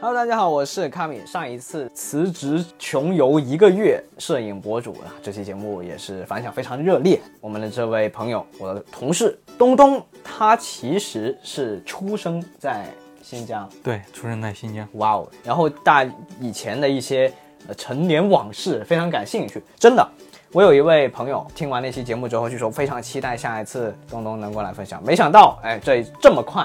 Hello，大家好，我是卡米。上一次辞职穷游一个月，摄影博主啊，这期节目也是反响非常热烈。我们的这位朋友，我的同事东东，他其实是出生在新疆，对，出生在新疆。哇哦！然后大以前的一些呃陈年往事非常感兴趣，真的。我有一位朋友听完那期节目之后，据说非常期待下一次东东能过来分享，没想到哎，这这么快。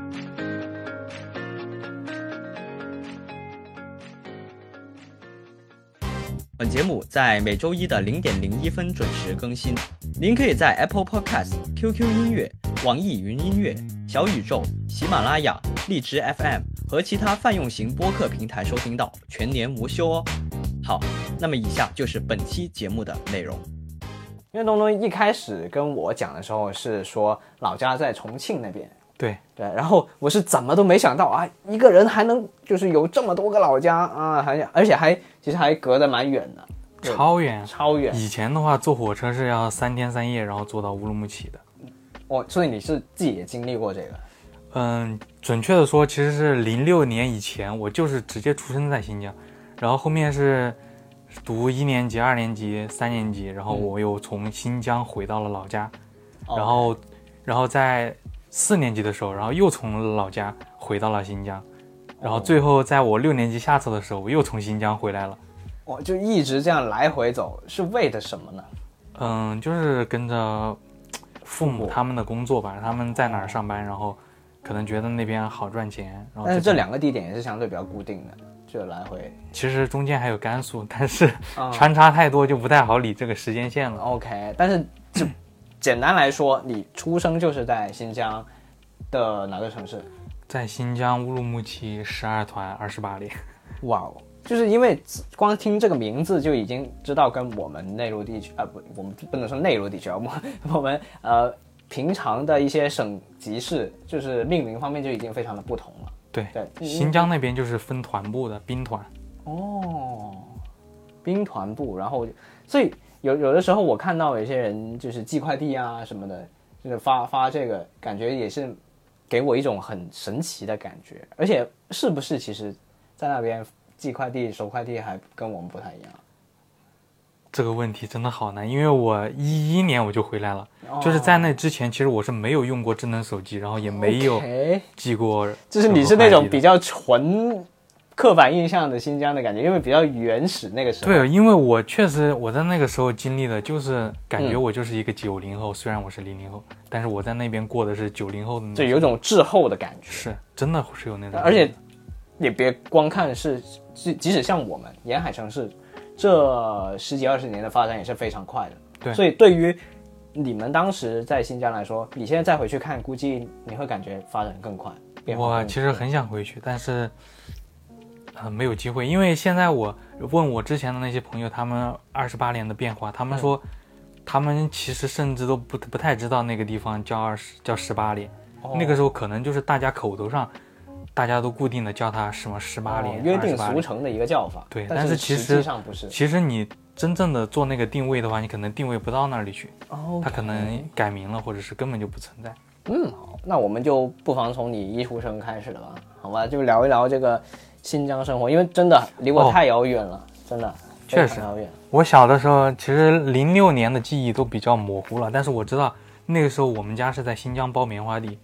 本节目在每周一的零点零一分准时更新。您可以在 Apple Podcast、QQ 音乐、网易云音乐、小宇宙、喜马拉雅、荔枝 FM 和其他泛用型播客平台收听到，全年无休哦。好，那么以下就是本期节目的内容。因为东东一开始跟我讲的时候是说老家在重庆那边，对，对，然后我是怎么都没想到啊，一个人还能就是有这么多个老家啊，还而且还其实还隔得蛮远的，对超远。啊超远以前的话，坐火车是要三天三夜，然后坐到乌鲁木齐的。哦，所以你是自己也经历过这个，嗯，准确的说，其实是零六年以前，我就是直接出生在新疆，然后后面是读一年级、二年级、三年级，然后嗯我又从新疆回到了老家，哦然后，然后在四年级的时候，然后又从老家回到了新疆，哦然后最后在我六年级下册的时候，我又从新疆回来了。我就一直这样来回走，是为的什么呢？嗯，就是跟着父母他们的工作吧，他们在哪儿上班，然后可能觉得那边好赚钱，然后但是哎哦就这两个地点也是相对比较固定的，就来回。其实中间还有甘肃，但是啊穿插太多就不太好理这个时间线了。 OK，但是就简单来说，你出生就是在新疆的哪个城市？在新疆乌鲁木齐十二团二十八连，哇哦！就是因为光听这个名字就已经知道跟我们内陆地区啊不，我们不能说内陆地区啊， 我们我们呃平常的一些省级市，就是命名方面就已经非常的不同了。对，对新疆那边就是分团部的兵团，哦，兵团部，然后我就所以有有的时候我看到有些人就是寄快递啊什么的，就是发发这个，感觉也是给我一种很神奇的感觉。而且是不是其实，在那边寄快递、收快递还跟我们不太一样？这个问题真的好难，因为我一一年我就回来了，哦就是在那之前，其实我是没有用过智能手机，然后也没有 OK，寄过任何快递就的，是你是那种比较纯刻板印象的新疆的感觉，因为比较原始那个时候。对，因为我确实我在那个时候经历的就是感觉嗯我就是一个九零后，虽然我是零零后，但是我在那边过的是九零后的那就种，有种滞后的感觉。是真的是有那种，而且也别光看是，即即使像我们沿海城市，这十几二十年的发展也是非常快的。对所以对于你们当时在新疆来说，你现在再回去看，估计你会感觉发展更快。变化我更其实很想回去，但是呃没有机会，因为现在我问我之前的那些朋友，他们二十八年的变化，他嗯们说、他们其实甚至都不不太知道那个地方叫二十叫十八连，哦那个时候可能就是大家口头上大家都固定的叫它什么十八哦连、约定28俗连成的一个叫法，对但但是其实实际上不是。其实你真正的做那个定位的话，你可能定位不到那里去，哦它可能改名了，或者是根本就不存在。嗯，好，那我们就不妨从你一出生开始了吧，好吧？就聊一聊这个新疆生活，因为真的离我哦太遥远了，真的非确常实遥远。我小的时候，其实零六年的记忆都比较模糊了，但是我知道那个时候我们家是在新疆包棉花地，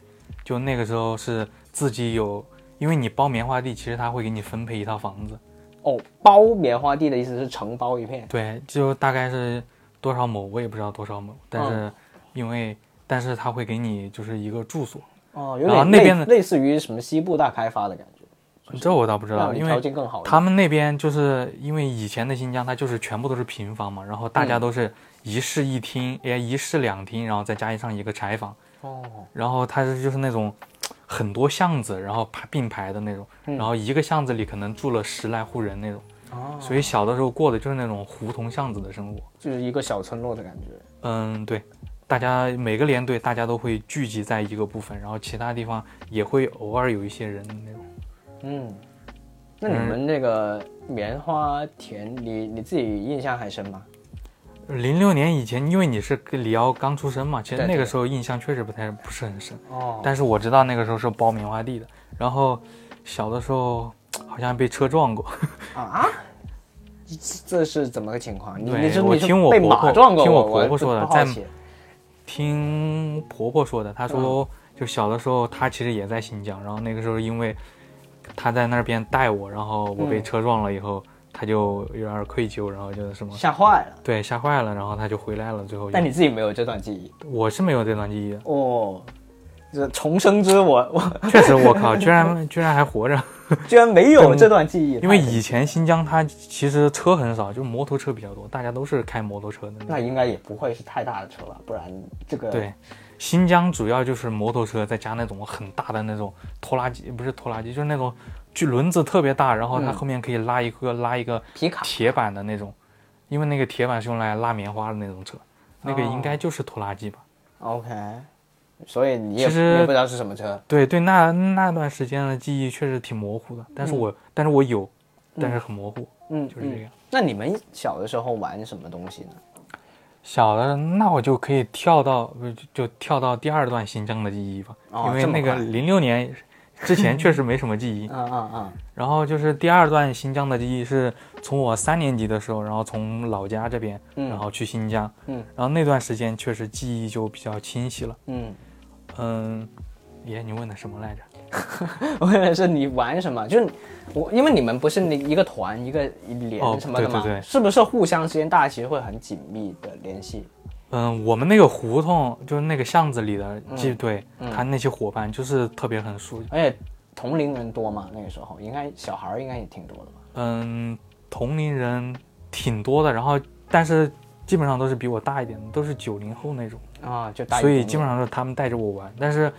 就那个时候是自己有，因为你包棉花地，其实他会给你分配一套房子，哦，包棉花地的意思是承包一片。对，就大概是多少亩，我也不知道多少亩，但是因为、但是他会给你就是一个住所，哦，有然后点那类边的类似于什么西部大开发的感觉，这我倒不知道，啊让你因条为件更好一点。他们那边就是因为以前的新疆，它就是全部都是平房嘛，然后大家都是一室一厅，也、一室两厅，然后再加上一个柴房，哦，然后它是就是那种很多巷子，然后排并排的那种，然后一个巷子里可能住了十来户人那种，哦，所以小的时候过的就是那种胡同巷子的生活。就是一个小村落的感觉。嗯，对，大家每个连队大家都会聚集在一个部分，然后其他地方也会偶尔有一些人那种。嗯，那你们这个棉花田，你你自己印象还深吗？零六年以前，因为你是跟李敖刚出生嘛，其实对对那个时候印象确实不太不是很深。哦但是我知道那个时候是包棉花地的，然后小的时候好像被车撞过，啊，这是怎么个情况？你对你是我你是听我被婆马婆撞过？听我我婆婆说的我不好在奇听婆婆说的，她嗯说就小的时候她其实也在新疆，然后那个时候因为她在那边带我，然后我被嗯车撞了以后，她就有点愧疚，然后就是什么吓坏了。 对吓坏了，然后她就回来了，最后就但你自己没有这段记忆我是没有这段记忆的，哦，这重生之我， 我确实我靠，居然居然还活着。居然没有这段记忆，因为太神奇以前新疆它其实车很少，就摩托车比较多，大家都是开摩托车的。那应该也不会是太大的车吧，不然这个对，新疆主要就是摩托车，再加那种很大的那种拖拉机，不是拖拉机，就是那种就轮子特别大，然后它嗯后面可以拉一个拉一个皮卡铁板的那种，因为那个铁板是用来拉棉花的那种车，那个哦应该就是拖拉机吧。 OK，所以你也其实你也不知道是什么车，对对，那那段时间的记忆确实挺模糊的，但是我、但是我有，但是很模糊，嗯，就是这样。嗯那你们小的时候玩什么东西呢？小的，那我就可以跳到，不就就跳到第二段新疆的记忆吧，哦因为这么那个快零六年之前确实没什么记忆。嗯嗯嗯， 然后就是第二段新疆的记忆是从我三年级的时候，然后从老家这边，嗯然后去新疆，嗯，然后那段时间确实记忆就比较清晰了。嗯，嗯，爷，你问的什么来着？我问的是你玩什么？就是我，因为你们不是那一个团一个连哦什么的吗？对对对是不是互相之间大家其实会很紧密的联系？嗯，我们那个胡同就是那个巷子里的记，对、嗯他那些伙伴就是特别很熟，而且同龄人多嘛，那个时候应该小孩儿应该也挺多的吧？嗯，同龄人挺多的，然后但是基本上都是比我大一点的，都是九零后那种，啊，就大一所以点基本点上是他们带着我玩。但是，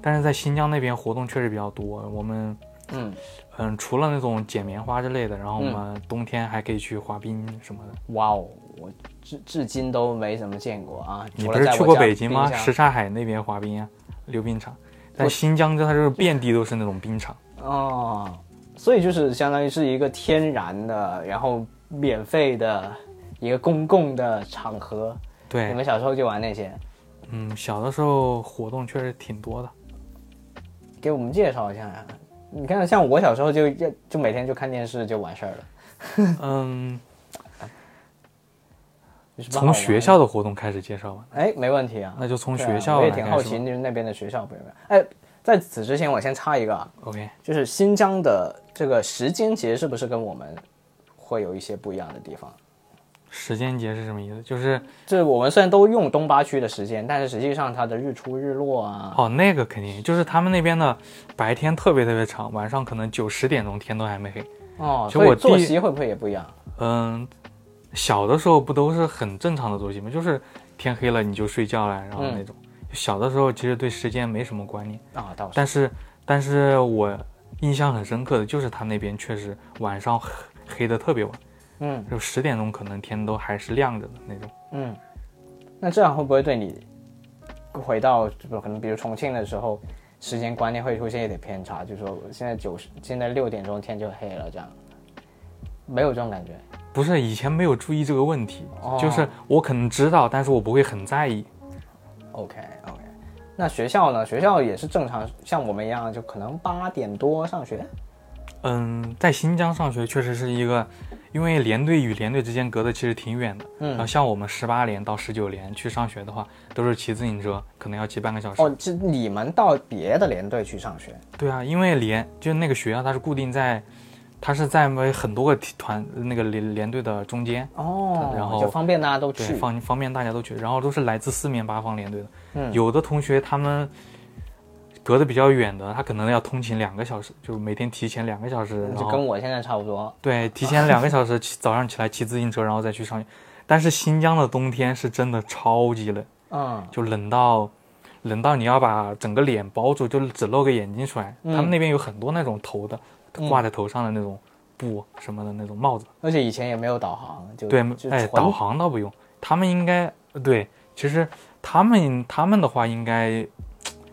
但是在新疆那边活动确实比较多，我们嗯，嗯，除了那种捡棉花之类的，然后我嗯们冬天还可以去滑冰什么的。哇哦，我至至今都没怎么见过啊。你除不了是在去我过家北京吗？冰箱什刹海那边滑冰啊，溜冰场。但新疆就它就是遍地都是那种冰场，哦，所以就是相当于是一个天然的，然后免费的一个公共的场合。你对们，小时候就玩那些，嗯，小的时候活动确实挺多的。给我们介绍一下呀。你看，像我小时候就要就每天就看电视就完事儿了，嗯，就是不好从玩学校的活动开始介绍吧，哎，没问题啊。那就从对啊学校我也来挺开好始奇，吧。就是那边的学校朋友们。哎，在此之前，我先插一个啊， OK，就是新疆的这个时间节是不是跟我们会有一些不一样的地方？时间节是什么意思？就是就是我们虽然都用东八区的时间，但是实际上它的日出日落啊，哦，那个肯定就是他们那边的白天特别特别长，晚上可能九十点钟天都还没黑。哦，其实所以我作第一息会不会也不一样？嗯，小的时候不都是很正常的作息吗？就是天黑了你就睡觉了，然后嗯那种。小的时候其实对时间没什么观念，啊，倒是但是但是我印象很深刻的就是他那边确实晚上黑黑的特别晚，嗯就十点钟可能天都还是亮着的那种。嗯，那这样会不会对你回到就可能比如重庆的时候，时间观念会出现一点偏差？就说现在九十，现在六点钟天就黑了，这样没有这种感觉不是以前没有注意这个问题，哦就是我可能知道，但是我不会很在意。 ？OK OK，那学校呢？学校也是正常，像我们一样，就可能八点多上学。嗯，在新疆上学确实是一个，因为连队与连队之间隔得其实挺远的。嗯然后像我们十八连到十九连去上学的话，都是骑自行车，可能要骑半个小时。哦，这你们到别的连队去上学？对啊，因为连就那个学校它是固定在，它是在很多个体团那个连连队的中间，哦，然后就方便大家都对，去。方方便大家都去，然后都是来自四面八方连队的。嗯有的同学他们隔得比较远的，他可能要通勤两个小时，就每天提前两个小时，然就后跟我现在差不多。 对，提前两个小时起，早上起来骑自行车，然后再去上学。但是新疆的冬天是真的超级冷，嗯，就冷到冷到你要把整个脸包住，就只露个眼睛出来。他嗯们那边有很多那种头的，挂在头上的那种布什么的那种帽子。而且以前也没有导航，就对就，哎，纯导航倒不用，他们应该对，其实他们他们的话应该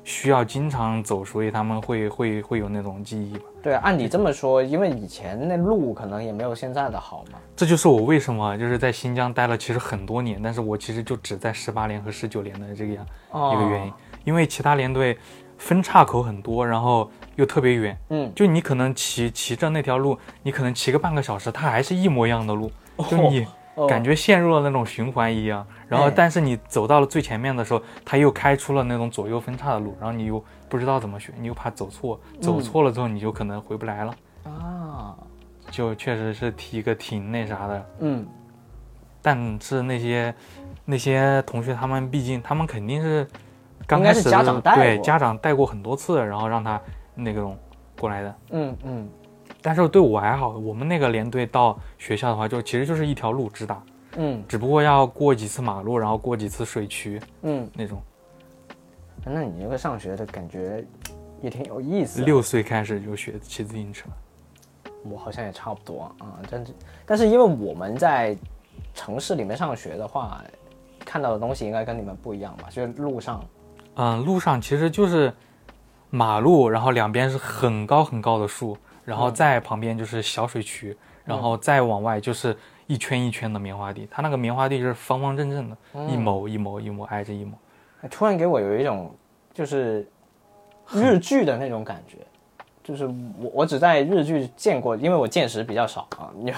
需要经常走，所以他们会会会有那种记忆吧。对，按你这么说，因为以前那路可能也没有现在的好嘛。这就是我为什么就是在新疆待了其实很多年，但是我其实就只在十八连和十九连的这个样哦哦一个原因，因为其他连队分岔口很多，然后又特别远，嗯，就你可能骑骑着那条路，你可能骑个半个小时，它还是一模一样的路，就你哦感觉陷入了那种循环一样。然后，哎但是你走到了最前面的时候，它又开出了那种左右分叉的路，然后你又不知道怎么选，你又怕走错，嗯走错了之后你就可能回不来了，啊，就确实是提一个挺那啥的。嗯，但是那些那些同学他们，毕竟他们肯定是刚应该开是始家长带对过家长带过很多次，然后让他那种过来的。嗯嗯但是对我还好，我们那个连队到学校的话，就其实就是一条路直达，嗯只不过要过几次马路，然后过几次水渠嗯，那种。那你这个上学的感觉也挺有意思的。六岁开始就学骑自行车，我好像也差不多啊，但是但是因为我们在城市里面上学的话，看到的东西应该跟你们不一样吧？就是路上，嗯，路上其实就是马路，然后两边是很高很高的树，然嗯后再旁边就是小水渠，然后再往外就是一圈一圈的棉花地，它那个棉花地就是方方正正的，嗯一亩一亩一亩挨着 一亩。突然给我有一种就是日剧的那种感觉。就是我，我只在日剧见过，因为我见识比较少啊。你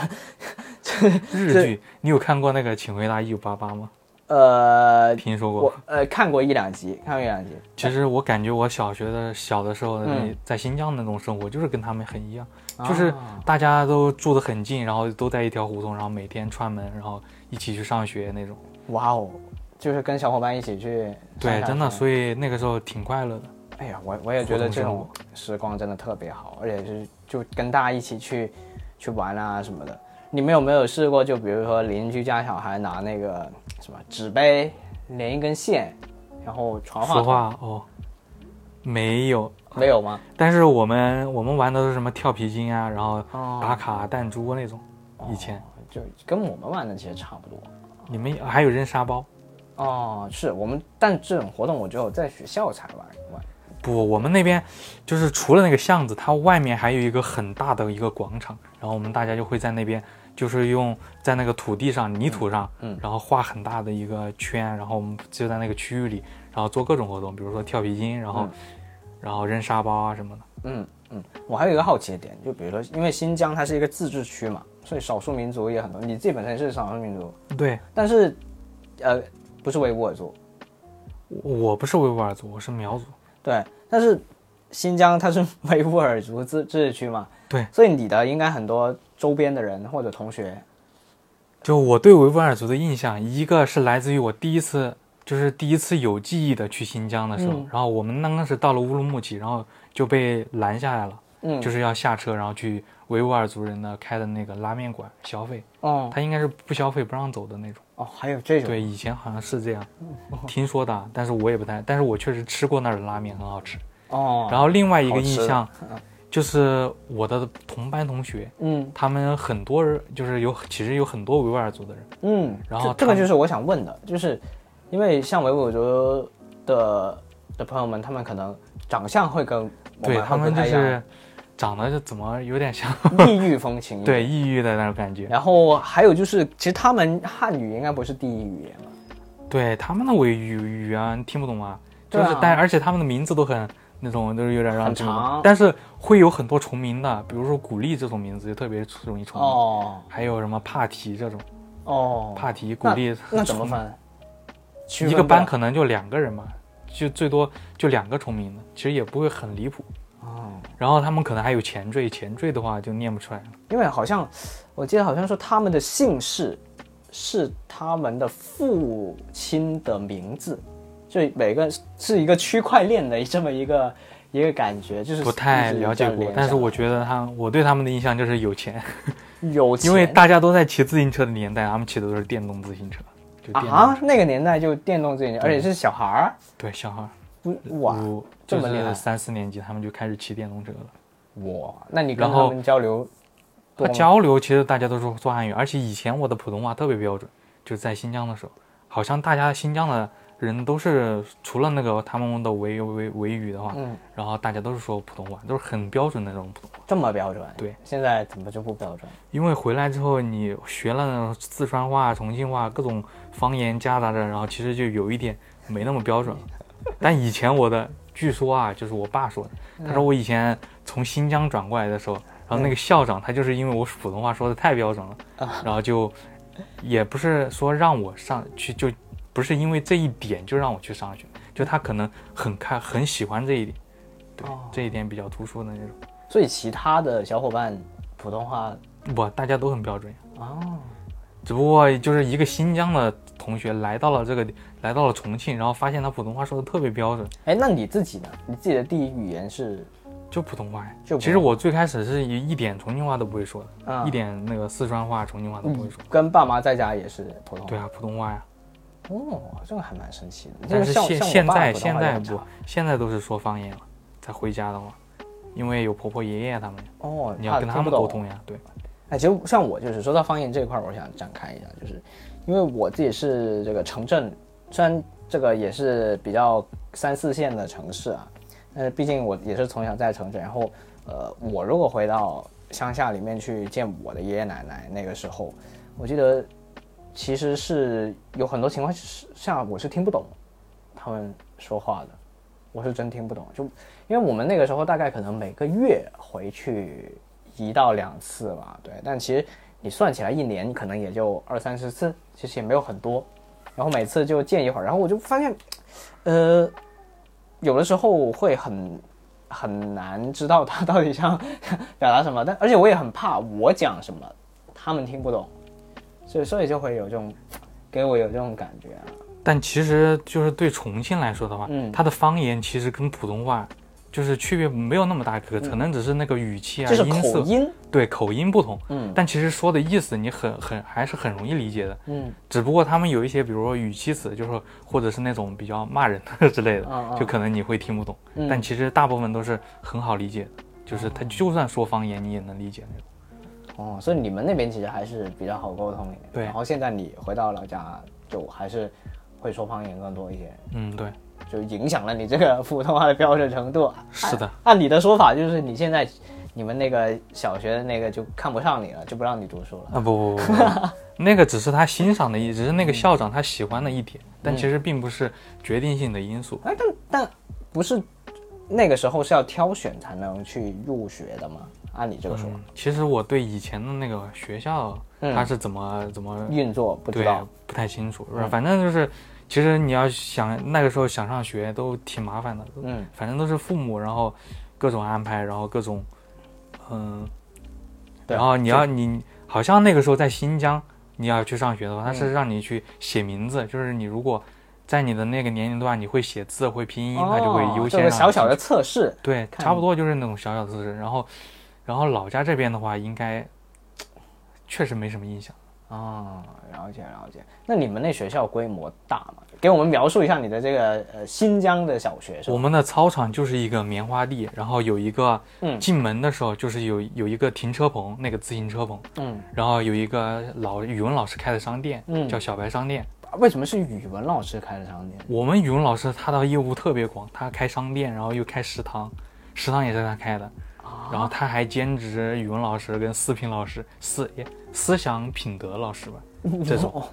日剧，你有看过那个《请回答一九八八》吗？呃，听说过我？呃看过一两集，看过一两集。其实我感觉我小学的小的时候的那、嗯在新疆的那种生活，就是跟他们很一样，就是啊大家都住得很近，然后都在一条胡同，然后每天串门，然后一起去上学那种。哇哦，就是跟小伙伴一起去。对，真的，以所以那个时候挺快乐的。哎呀，我我也觉得这活种时光真的特别好，而且是就跟大家一起去去玩啊什么的。你们有没有试过？就比如说邻居家小孩拿那个什么纸杯连一根线，然后传话说筒，话哦，没有，没有吗？但是我们我们玩的都是什么跳皮筋啊，然后哦打卡啊弹珠那种。以前就跟我们玩的其实差不多。你们还有扔沙包。哦，是我们，但这种活动我只有在学校才玩玩。不，我们那边就是除了那个巷子，它外面还有一个很大的一个广场，然后我们大家就会在那边，就是用在那个土地上、泥土上，嗯嗯然后画很大的一个圈，然后我们就在那个区域里，然后做各种活动，比如说跳皮筋，然后、嗯然后扔沙包啊什么的。嗯，嗯，我还有一个好奇的点，就比如说，因为新疆它是一个自治区嘛，所以少数民族也很多。你自己本身也是少数民族，对，但是，呃，不是维吾尔族，我我不是维吾尔族，我是苗族。对，但是新疆它是 维吾尔族自自治区嘛，对所以你的应该很多周边的人或者同学，就我对维吾尔族的印象，一个是来自于我第一次，就是第一次有记忆的去新疆的时候，嗯然后我们刚开始到了乌鲁木齐，然后就被拦下来了。嗯，就是要下车，然后去维吾尔族人的开的那个拉面馆消费，哦他应该是不消费不让走的那种。哦，还有这种，对，以前好像是这样，嗯听说的啊，但是我也不太，但是我确实吃过那儿的拉面，很好吃。哦，然后另外一个好吃印象就是我的同班同学，嗯他们很多人就是有，其实有很多维吾尔族的人，嗯，然后这这个他就是我想问的，就是因为像维吾尔族的的朋友们，他们可能长相会跟我对会他们不就太一样是长得就怎么有点像异域风情一点，对异域的那种感觉。然后还有就是，其实他们汉语应该不是第一语言吧？对他们的维语语言听不懂啊，就对啊是但而且他们的名字都很那种，都是有点让人很听不懂长。但是会有很多重名的，比如说古丽这种名字就特别容易重名，哦还有什么帕提这种，哦，帕提古那丽那怎么重名分？区一分个不班了可能就两个人嘛，就最多就两个重名的，其实也不会很离谱。哦，然后他们可能还有前缀，前缀的话就念不出来了。因为好像我记得好像说他们的姓氏是他们的父亲的名字，就每个是一个区块链的这么一个一个感觉，就是不太一直了解这样过联，但是想我觉得他，我对他们的印象就是有钱，有钱因为大家都在骑自行车的年代，他们骑的都是电动自行车，就电动车啊，那个年代就电动自行车，而且是小孩儿，对，小孩儿不哇五这就么厉害是三四年级他们就开始骑电动车了。哇，那你跟然他后们交流那多吗交流其实大家都说说汉语，而且以前我的普通话特别标准，就是在新疆的时候，好像大家新疆的人都是除了那个他们的维维维语的话，嗯，然后大家都是说普通话，都是很标准的那种普通话。这么标准？对，现在怎么就不标准？因为回来之后，你学了那种四川话、重庆话各种方言夹杂着，然后其实就有一点没那么标准了。但以前我的，据说啊，就是我爸说的，他说我以前从新疆转过来的时候，然后那个校长他就是因为我普通话说的太标准了，然后就也不是说让我上去，就不是因为这一点就让我去上学，就他可能很看很喜欢这一点，对哦，这一点比较突出的那种。所以其他的小伙伴普通话不，大家都很标准呀。哦，只不过就是一个新疆的同学来到了这个，来到了重庆，然后发现他普通话说的特别标准，哎，那你自己呢？你自己的第一语言是就普通话呀。就普通话其实我最开始是一一点重庆话都不会说的，啊嗯一点那个四川话、重庆话都不会说。跟爸妈在家也是普通话？对啊，普通话呀。哦，这个还蛮神奇的。但是像现像我现爸在普通现话在就不很差，现在都是说方言了。再回家的话，因为有婆婆爷爷他们呀，哦，你要跟他听不们懂沟通呀。对，哎，其实像我就是说到方言这一块儿，我想展开一下，就是因为我自己是这个城镇，虽然这个也是比较三四线的城市啊，但是毕竟我也是从小在城镇，然后呃，我如果回到乡下里面去见我的爷爷奶奶，那个时候我记得其实是有很多情况是像我是听不懂他们说话的，我是真听不懂，就因为我们那个时候大概可能每个月回去一到两次吧，对。但其实你算起来一年可能也就二三十次，其实也没有很多。然后每次就见一会儿，然后我就发现，呃，有的时候会很很难知道他到底想 表达什么，但而且我也很怕我讲什么他们听不懂，所以所以就会有这种给我有这种感觉啊。但其实就是对重庆来说的话，嗯它的方言其实跟普通话就是区别没有那么大，可可能只是那个语气嗯啊、就是音色口音，对口音不同，嗯但其实说的意思你很很还是很容易理解的，嗯，只不过他们有一些，比如说语气词，就是说或者是那种比较骂人的 之类嗯的，嗯就可能你会听不懂，嗯啊但其实大部分都是很好理解的，就是他就算说方言你也能理解那种。哦，所以你们那边其实还是比较好沟通一点。对然后现在你回到老家，就还是会说方言更多一些，嗯，对，就影响了你这个普通话的标准程度。是的，按你的说法，就是你现在你们那个小学的那个就看不上你了，就不让你读书了。啊不不不不 不，那个只是他欣赏的一，只是嗯那个校长他喜欢的一点，但其实并不是决定性的因素。哎，但但不是那个时候是要挑选才能去入学的吗？按你这个说法，嗯，其实我对以前的那个学校，嗯它是怎么怎么运作不知对道。嗯不太清楚，反正就是，其实你要想那个时候想上学都挺麻烦的，嗯，反正都是父母，然后各种安排，然后各种，嗯，对然后你要你好像那个时候在新疆，你要去上学的嗯话，他是让你去写名字，就是你如果在你的那个年龄段，你会写字会拼音，他就会哦优这先让个你小小的进去测试，对，看差不多就是那种小小的姿势。然后，然后老家这边的话，应该确实没什么印象。哦，了解了解。那你们那学校规模大吗？给我们描述一下你的这个呃新疆的小学是我吧？们的操场就是一个棉花地，然后有一个嗯进门的时候就是有有一个停车棚，那个自行车棚，嗯，然后有一个老语文老师开的商店，嗯叫小白商店。为什么是语文老师开的商店？我们语文老师他的业务特别广，他开商店，然后又开食堂，食堂也是他开的，啊啊然后他还兼职语文老师跟思评老师、思也思想品德老师吧，这种。哦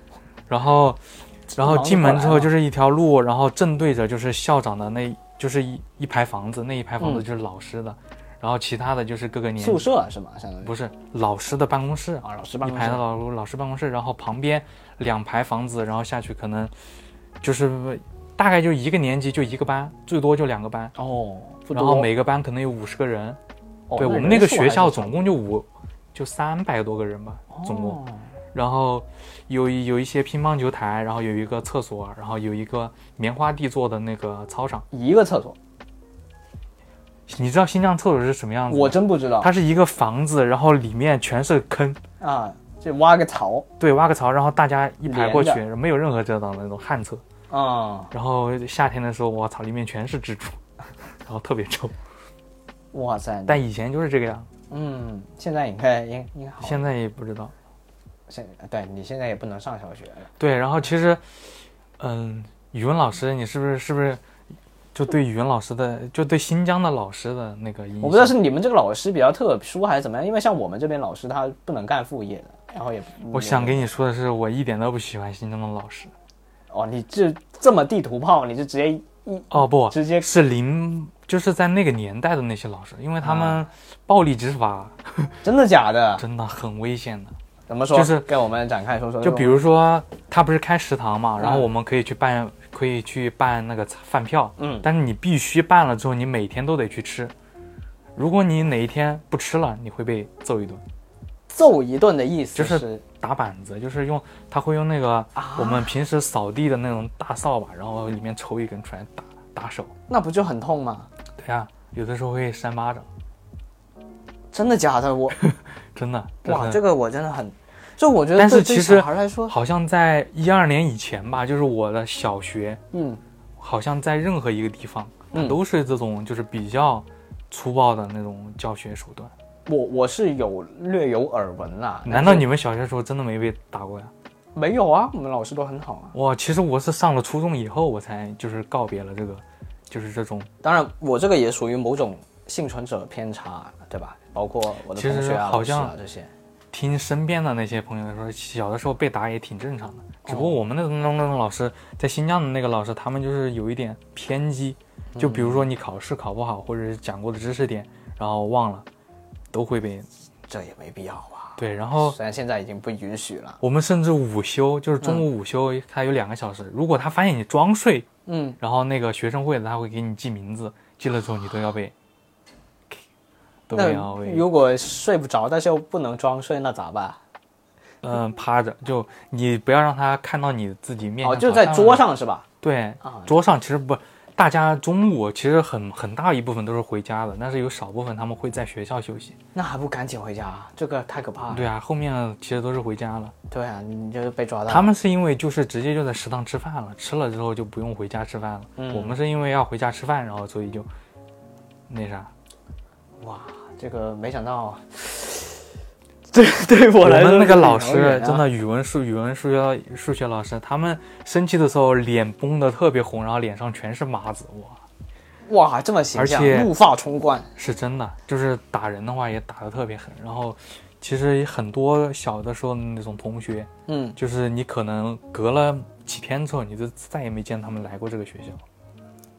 然后，然后忙不进门过之来啊后了就是一条路，然后正对着就是校长的那，就是一一排房子，那一排房子嗯就是老师的，然后其他的就是各个年级宿舍是吗？相当于不是老师的办公室啊，老师办一公室排的老老师办公室，然后旁边两排房子，然后下去可能就是大概就一个年级就一个班，最多就两个班，哦，不然后多每个班可能有五十个人，哦对我们那人个数学还校是总共就五就三百多个人吧，总共。哦然后有一有一些乒乓球台，然后有一个厕所，然后有一个棉花地做的那个操场。一个厕所，你知道新疆厕所是什么样子吗？我真不知道它是一个房子，然后里面全是坑，啊，就挖个槽对，挖个槽，然后大家一排过去连，没有任何遮挡的那种旱厕。啊，然后夏天的时候，我操，里面全是蜘蛛，然后特别臭。哇塞！但以前就是这个样，嗯，现在应该应应该好，现在也不知道。现对你现在也不能上小学了，对，然后其实，嗯，语文老师，你是不是是不是就对语文老师的，就对新疆的老师的那个印象？我不知道是你们这个老师比较特殊还是怎么样，因为像我们这边老师他不能干副业的，然后也我想跟你说的是，我一点都不喜欢新疆的老师。哦，你这这么地图炮，你就直接一哦不，直接是零，就是在那个年代的那些老师，因为他们暴力执法真的假的？真的很危险的。怎么说？就是跟我们展开说说，就比如说，他不是开食堂嘛，然后嗯我们可以去办，可以去办那个饭票，嗯但是你必须办了之后，你每天都得去吃。如果你哪一天不吃了，你会被揍一顿，揍一顿的意思就是是打板子，就是用他会用那个啊我们平时扫地的那种大扫把，然后里面抽一根出来打打手。那不就很痛吗？对呀、有的时候会扇巴掌，真的假的？ 我真的。真哇，的这个我真的很，就我觉得但是对其对实小孩来说，好像在一二年以前吧，就是我的小学，嗯，好像在任何一个地方，嗯都是这种就是比较粗暴的那种教学手段。我我是有略有耳闻啦。难道但是你们小学时候真的没被打过呀？没有啊？我们老师都很好啊。哇，其实我是上了初中以后，我才就是告别了这个，就是这种，当然，我这个也属于某种幸存者偏差，对吧？包括我的其实同学啊、好像老师啊这些。听身边的那些朋友说，小的时候被打也挺正常的。只哦不过我们那种那种那种老师，在新疆的那个老师，他们就是有一点偏激，就比如说嗯你考试考不好，或者是讲过的知识点，然后忘了，都会被这也没必要吧？对。然后虽然现在已经不允许了。我们甚至午休，就是中午午休，他有两个小时，如果他发现你装睡，嗯，然后那个学生会的他会给你记名字，记了之后你都要被，都要那被如果睡不着，但是又不能装睡，那咋办？嗯，趴着，就你不要让他看到你自己面哦，向就朝在上桌的，上是吧？对啊，桌上其实不，大家中午其实很很大一部分都是回家的，但是有少部分他们会在学校休息。那还不赶紧回家？这个太可怕了。对啊，后面其实都是回家了。对啊，你就是被抓到。他们是因为就是直接就在食堂吃饭了，吃了之后就不用回家吃饭了。嗯我们是因为要回家吃饭，然后所以就那啥。哇，这个没想到， 对对我我来说们那个是老遥远师啊真的语文数语文数学数学老师，他们生气的时候脸绷得特别红，然后脸上全是麻子，哇，哇，这么形象而，且怒发冲冠。是真的。就是打人的话也打得特别狠。然后其实很多小的时候的那种同学，嗯，就是你可能隔了几天之后，你就再也没见他们来过这个学校。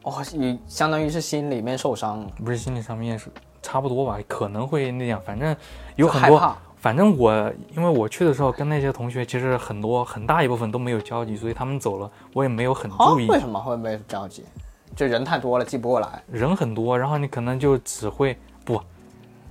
哦，你相当于是心里面受伤了。不是心理上面是差不多吧，可能会那样，反正有很就害多怕，反正我因为我去的时候跟那些同学其实很多很大一部分都没有交集，所以他们走了我也没有很啊注意，为什么会被着急？就人太多了，记不过来。人很多，然后你可能就只会不，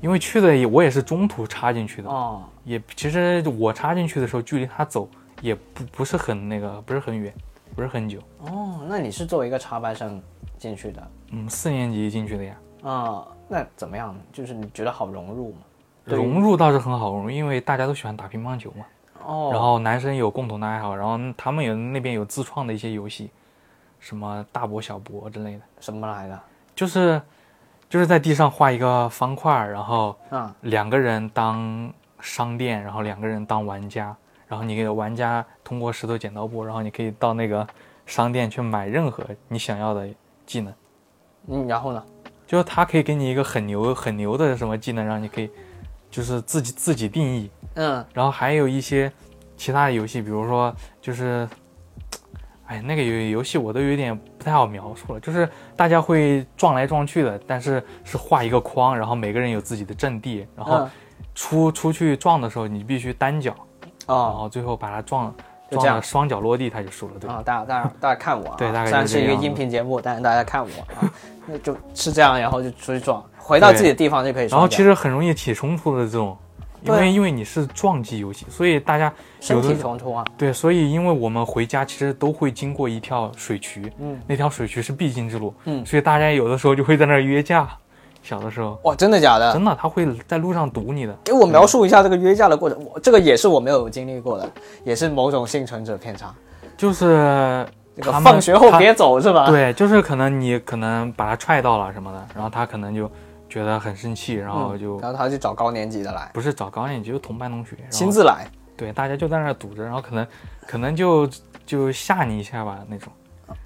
因为去的也我也是中途插进去的，哦，也其实我插进去的时候距离他走也不不是很那个，不是很远，不是很久，哦，那你是作为一个插班生进去的，嗯，四年级进去的呀，啊、那怎么样？就是你觉得好融入吗？对融入倒是很好融入，因为大家都喜欢打乒乓球嘛。哦，然后男生有共同的爱好，然后他们有那边有自创的一些游戏，什么大博小博之类的，什么来的？就是就是在地上画一个方块儿，然后啊、两个人当商店，然后两个人当玩家，然后你给玩家通过石头剪刀布，然后你可以到那个商店去买任何你想要的技能，嗯，然后呢？就是他可以给你一个很牛很牛的什么技能，让你可以就是自己自己定义，嗯，然后还有一些其他的游戏，比如说就是，哎，那个游游戏我都有点不太好描述了，就是大家会撞来撞去的，但是是画一个框，然后每个人有自己的阵地，然后嗯出、出去撞的时候你必须单脚，然哦后最后把它撞就这样撞了双脚落地，他就输了，对。啊，大家大家大家看我啊，对大概就是虽然是一个这样音频节目，但是大家看我啊， 那就是这样，然后就出去撞，回到自己的地方就可以然撞后架。其实很容易起冲突的这种，因对啊为因为你是撞击游戏，所以大家身有的体冲突啊，对，所以因为我们回家其实都会经过一条水渠，嗯，那条水渠是必经之路，嗯所以大家有的时候就会在那儿约架。小的时候，哇，真的假的？真的他会在路上堵你的，给我描述一下这个约架的过程，我这个也是我没有经历过的，也是某种幸存者偏差。就是这个他们放学后他别走是吧？，对，就是可能你可能把他踹到了什么的，然后他可能就觉得很生气，然后就嗯然后他就找高年级的来，不是找高年级，就是同班同学，然亲后自来。对大家就在那儿堵着，然后可能可能就就吓你一下吧那种，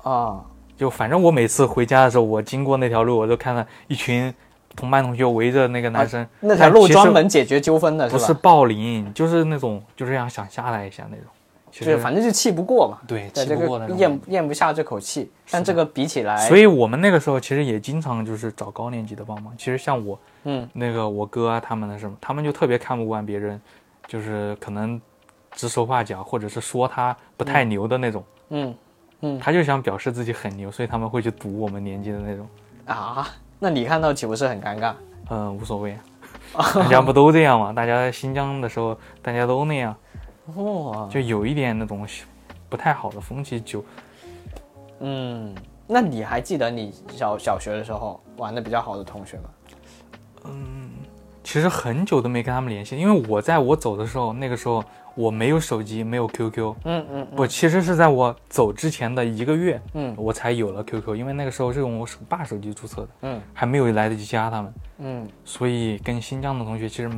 啊，就反正我每次回家的时候，我经过那条路，我都看到一群同班同学围着那个男生。那条路哎但其实专门解决纠纷的不啊是是吧？暴力，就是那种就这样想下来一下那种。其就是实反正就气不过嘛，对对气这不过个那种咽感咽不下这口气。但这个比起来，所以我们那个时候其实也经常就是找高年级的帮忙。其实像我嗯那个我哥啊他们的什么，他们就特别看不惯别人，就是可能指手画脚，或者是说他不太牛的那种，嗯他就想表示自己很牛，所以他们会去堵我们年级的那种。啊，那你看到岂不是很尴尬？嗯，无所谓啊， 大家不都这样嘛？大家新疆的时候大家都那样，哦，就有一点那种不太好的风气就嗯，那你还记得你小小学的时候玩的比较好的同学吗？其实很久都没跟他们联系，因为我在我走的时候，那个时候我没有手机，没有 QQ。嗯嗯我其实是在我走之前的一个月，嗯我才有了 QQ，因为那个时候是用我手爸手机注册的，嗯还没有来得及加他们，嗯所以跟新疆的同学其实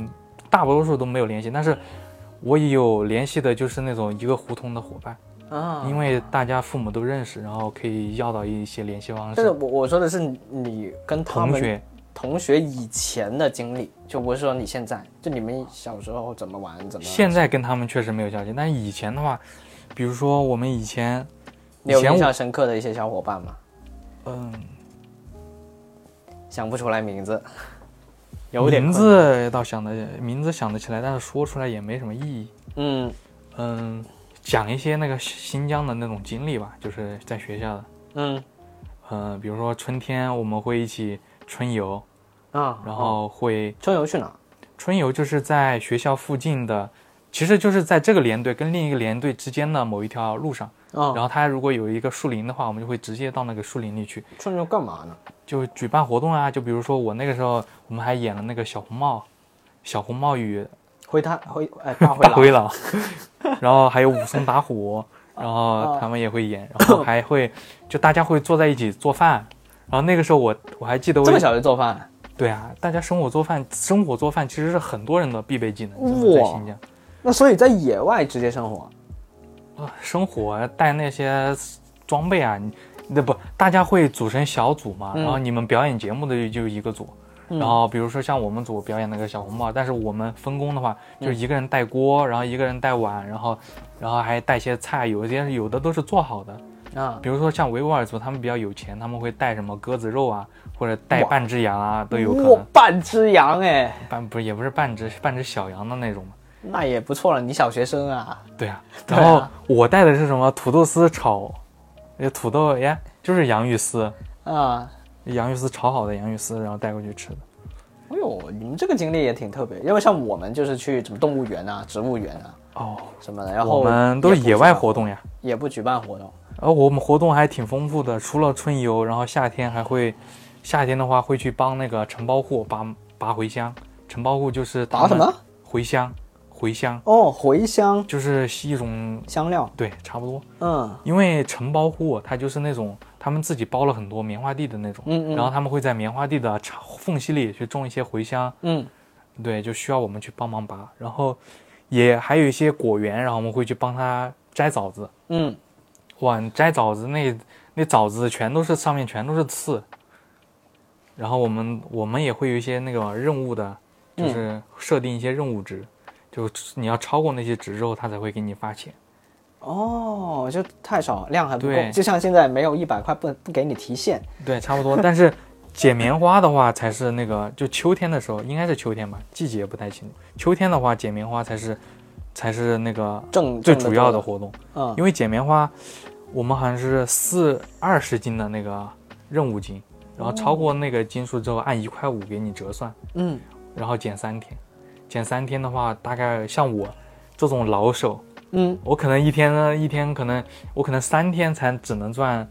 大多数都没有联系。但是，我有联系的就是那种一个胡同的伙伴，啊，因为大家父母都认识，然后可以要到一些联系方但是式。我我说的是你跟他同们学，同学以前的经历，就不是说你现在，就你们小时候怎么玩怎么。现在跟他们确实没有交集，但以前的话，比如说我们以前，你有以前印我象深刻的一些小伙伴吗？嗯。想不出来名 字，有点名困难，字倒想得名字想得起来，但是说出来也没什么意义。嗯嗯，讲一些那个新疆的那种经历吧，就是在学校的，嗯呃，比如说春天我们会一起春游，啊，然后会春游去哪？春游就是在学校附近的，其实就是在这个连队跟另一个连队之间的某一条路上。啊，然后它如果有一个树林的话，我们就会直接到那个树林里去，春游干嘛呢？就举办活动啊。就比如说我那个时候，我们还演了那个小红帽，小红帽与回他回 哎大回大廊灰狼， 然后还有武松打虎，然哦后他们也会演，然后还会就大家会坐在一起做饭，然后那个时候我我还记得我这么小就做饭，对啊，大家生火做饭，生火做饭其实是很多人的必备技能，真的在哇新疆，那所以在野外直接生活，啊生火带那些装备啊，你那不大家会组成小组嘛，嗯然后你们表演节目的就就一个组。嗯然后比如说像我们组表演那个小红帽，但是我们分工的话，就是嗯一个人带锅，然后一个人带碗，然后然后还带些菜，有一些有的都是做好的。啊比如说像维吾尔族，他们比较有钱，他们会带什么鸽子肉啊，或者带半只羊啊，都有可哇能。半只羊哎，半不是也不是半只，是半只小羊的那种嘛。那也不错了，你小学生啊，对啊，对啊然后我带的是什么土豆丝炒，呃土豆呀，就是洋芋丝，啊，洋芋丝炒好的洋芋丝，然后带过去吃的。哎呦，你们这个经历也挺特别，因为像我们就是去什么动物园啊、植物园啊哦，什么的，然后我们都也是不野举外办活动呀。也不举办活动，而我们活动还挺丰富的，除了春游，然后夏天还会，夏天的话会去帮那个承包户拔拔茴香。承包户就是他拔什们么？茴香，茴香哦，茴香就是一种香料，对，差不多。嗯因为承包户他就是那种他们自己包了很多棉花地的那种，嗯嗯然后他们会在棉花地的插缝隙里去种一些茴香，嗯对，就需要我们去帮忙拔。然后也还有一些果园，然后我们会去帮他摘枣子。嗯，哇，你摘枣子那那枣子全都是上面全都是刺，然后我们我们也会有一些那个任务的，就是设定一些任务值，就是你要超过那些值之后，他才会给你发钱。哦，就太少，量还不够，对就像现在没有一百块不不给你提现，对，差不多。但是捡棉花的话，才是那个就秋天的时候，应该是秋天吧，季节不太清楚。秋天的话，捡棉花才是才是那个挣最挣得主多要的活动，嗯因为捡棉花，我们好像是四二十斤的那个任务金，然后超过那个斤数之后，按一块五给你折算，嗯然后减三天。减三天的话，大概像我这种老手，嗯，我可能一天呢，一天可能我可能三天才只能赚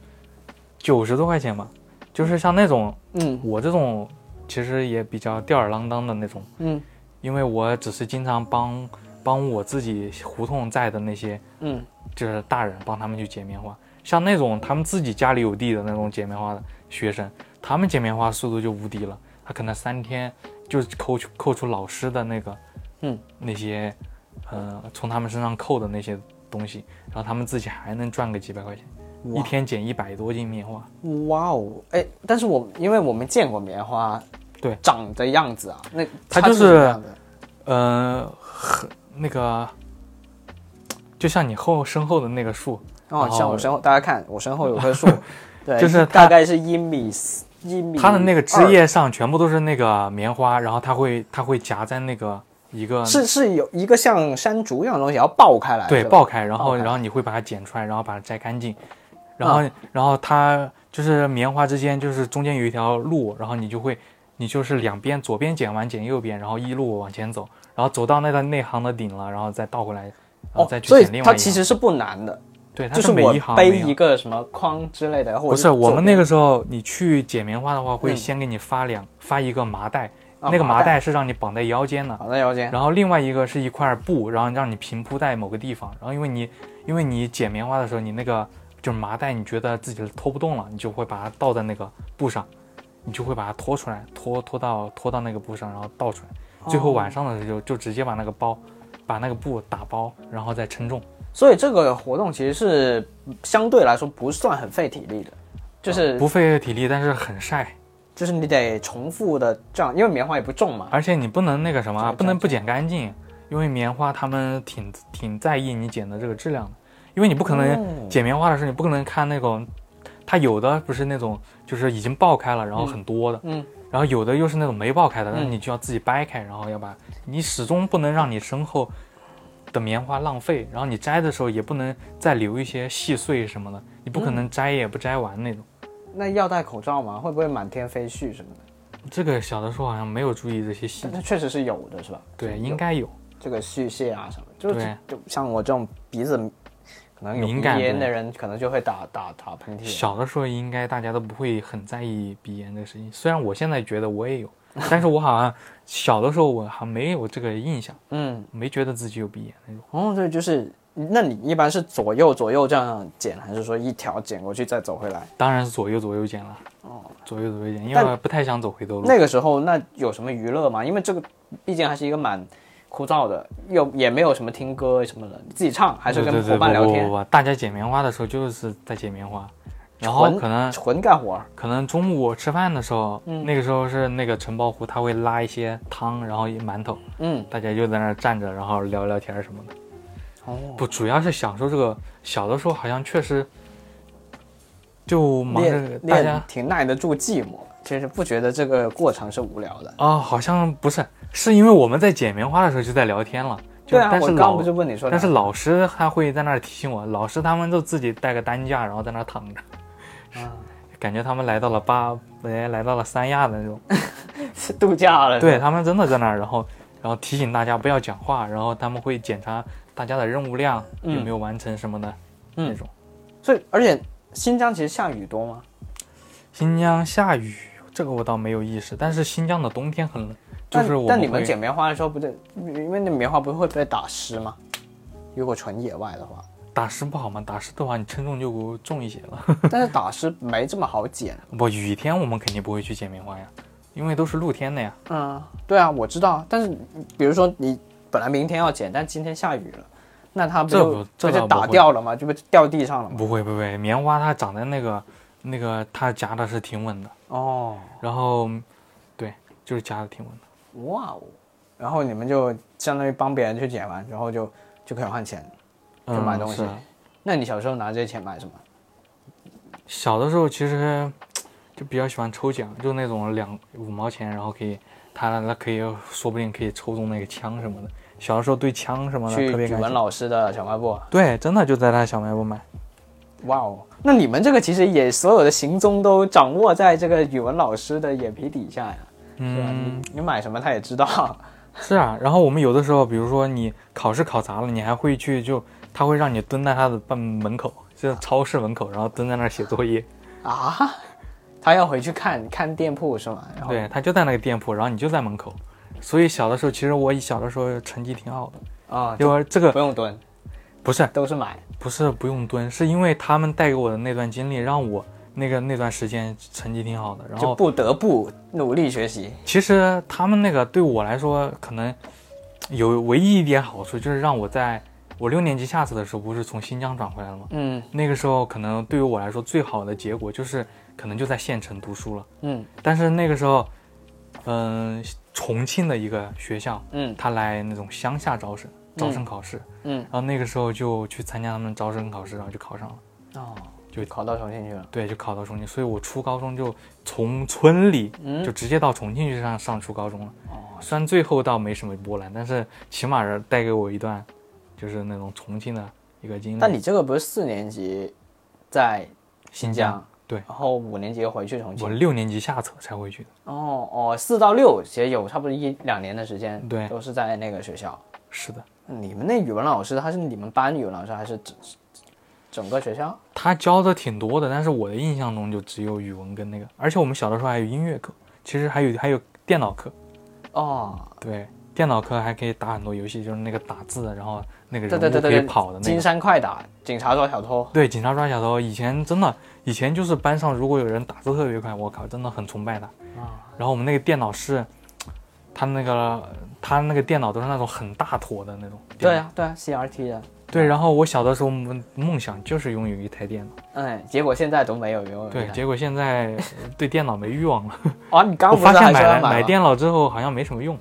九十多块钱吧。就是像那种嗯我这种，其实也比较吊儿郎当的那种，嗯因为我只是经常帮帮我自己胡同在的那些嗯就是大人帮他们去捡棉花。像那种他们自己家里有地的那种捡棉花的学生，他们捡棉花速度就无敌了，他可能三天就扣去扣除老师的那个，嗯，那些，呃，从他们身上扣的那些东西，然后他们自己还能赚个几百块钱，一天捡一百多斤棉花。哇哦，哎，但是我因为我没见过棉花，对长的样子啊，那它它就是什么样的呃，很那个，就像你后身后的那个树，哦，像我身后，大家看我身后有棵 树，对，就是它大概是一米四一米，它的那个枝叶上全部都是那个棉花，然后它会它会夹在那个一个是是有一个像山竹一样的东西要爆开来，对是吧爆开，然后爆开然后你会把它剪出来，然后把它摘干净，然嗯后、然后它就是棉花之间就是中间有一条路，然后你就会你就是两边左边剪完剪右边，然后一路往前走，然后走到那个内行的顶了，然后再倒回来，然后哦再，去所以剪另外一行。它其实是不难的，对，它就是每我一行背每一行一个什么筐之类的，或者不是，我们那个个时候你去捡棉花的话，会嗯先给你发两、发一个麻袋，啊那个麻麻袋袋是让你绑在腰间的，好的，腰间，然后另外一个是一块布，然后让你平铺在某个地方。然后因为你因为你捡棉花的时候，你那个就是麻袋，你觉得自己拖不动了，你就会把它倒在那个布上，你就会把它拖出来，拖拖到拖到那个布上，然后倒出来。最后晚哦上的时候就直接把那个包，把那个布打包，然后再称重。所以这个活动其实是相对来说不算很费体力的，就是啊不费体力，但是很晒。就是你得重复的这样，因为棉花也不重嘛，而且你不能那个什么啊，这个不能占不剪干净，因为棉花他们挺挺在意你剪的这个质量的，因为你不可哦能剪棉花的时候，你不可能看那种，它有的不是那种就是已经爆开了，然后很多的，嗯，然后有的又是那种没爆开的，那嗯你就要自己掰开，然后要把你始终不能让你身后的棉花浪费，然后你摘的时候也不能再留一些细碎什么的，你不可嗯能摘也不摘完那种。那要戴口罩吗？会不会满天飞絮什么的？这个小的时候好像没有注意这些细但节，它确实是有的，是吧？嗯对，有应该有。这个絮屑啊什么，就是对就像我这种鼻子可能有鼻敏感的炎的人，可能就会打打打喷嚏。小的时候应该大家都不会很在意鼻炎这个事情，虽然我现在觉得我 也有，但是我好像小的时候我还没有这个印象，嗯，没觉得自己有鼻炎那种。哦，对，就是那你一般是左右左右这样剪，还是说一条剪过去再走回来？当然是左右左右剪了，哦，左右左右剪，因为但我不太想走回头路。那个时候那有什么娱乐吗？因为这个毕竟还是一个蛮枯燥的，又也没有什么听歌什么的，你自己唱还是对跟对对伙伴聊不天不，不不大家捡棉花的时候就是在捡棉花，然后纯可能纯干活儿。可能中午我吃饭的时候，那个时候是那个承包户他会拉一些汤，然后一馒头，嗯，大家就在那儿站着，然后聊聊天儿什么的。哦，不，主要是享受这个。小的时候好像确实就忙着练大练家挺耐得住寂寞，其实不觉得这个过程是无聊的。啊、好像不是，是因为我们在剪棉花的时候就在聊天了。就对啊，但我是刚老不是问你说的，但是老师他会在那儿提醒我，老师他们都自己带个担架，然后在那儿躺着，啊感觉他们来到了巴，哎，来到了三亚的那 种。是度假了，对，他们真的在那儿，然后然后提醒大家不要讲话，然后他们会检查大家的任务量有没有完成什么的、嗯那种。所以而且新疆其实下雨多吗？新疆下雨，这个我倒没有意识，但是新疆的冬天很冷，就但是我但你会们剪棉花的时候不对，因为那棉花不是会被打湿吗？如果纯野外的话，打湿不好吗？打湿的话，你称重就重一些了。 但是打湿没这么好剪。不，雨天我们肯定不会去剪棉花呀，因为都是露天的呀。嗯，对啊，我知道。但是比如说你本来明天要剪，但今天下雨了，那它不这就不这倒就不打会掉了吗？就被掉地上了吗？不会不会，棉花它长在那个那个它夹的是挺稳的，哦，然后对，就是夹的挺稳的。哇哦！然后你们就相当于帮别人去剪完，然后就就可以换钱。就买嗯东西是那你小时候拿这些钱买什么？小的时候其实就比较喜欢抽奖，就那种两五毛钱，然后可以他那可以说不定可以抽中那个枪什么的。小的时候对枪什么的去啊特别语感兴文趣。老师的小卖部。啊对，真的就在他小卖部买。哇哦，那你们这个其实也所有的行踪都掌握在这个语文老师的眼皮底下呀，是吧？嗯，你你买什么他也知 道。是啊。然后我们有的时候，比如说你考试考砸了，你还会去就他会让你蹲在他的办门口，就是超市门口，然后蹲在那儿写作业。啊， 他要回去看看店铺是吗？然后对，他就在那个店铺，然后你就在门口。所以小的时候，其实我小的时候成绩挺好的，啊，因就为这个不用蹲，不是都是买。不是不用蹲，是因为他们带给我的那段经历，让我那个那段时间成绩挺好的。然就后不得不努力学习。其实他们那个对我来说，可能有唯一一点好处就是让我在我六年级下次的时候不是从新疆转回来了吗？嗯那个时候可能对于我来说最好的结果就是可能就在县城读书了。嗯但是那个时候，嗯、重庆的一个学校，嗯他来那种乡下招生，招生考试，嗯然后那个时候就去参加他们招生考试，然后就考上了，哦，就考到重庆去了。对，就考到重庆。所以我初高中就从村里嗯就直接到重庆去上上初高中了。哦，虽然最后倒没什么波澜，但是起码是带给我一段就是那种重庆的一个经历。但你这个不是四年级在新疆疆，，对然后五年级又回去重我庆。六年级下册才回去的，哦哦，四到六其实有差不多一两年的时间，对都是在那个学校。是的。你们那语文老师他是你们班语文老师还是整整个学校？他教的挺多的，但是我的印象中就只有语文跟那个，而且我们小的时候还有音乐课，其实还有还有电脑课，哦，对，电脑课还可以打很多游戏，就是那个打字，然后那个对人对对物可对以对，跑的那金个。山快打，警察抓小偷。对，警察抓小偷，以前真的，以前就是班上如果有人打字特别快，我靠，真的很崇拜他。啊，然后我们那个电脑是，他那个他那个电脑都是那种很大坨的那种。对，啊，对啊，CRT 的，对。然后我小的时候梦梦想就是拥有一台电脑，哎，结果现在都没有用。对，你看结果现在对电脑没欲望 了。哦，你刚刚不我发是还现说买要了买买吗，电脑之后好像没什么用。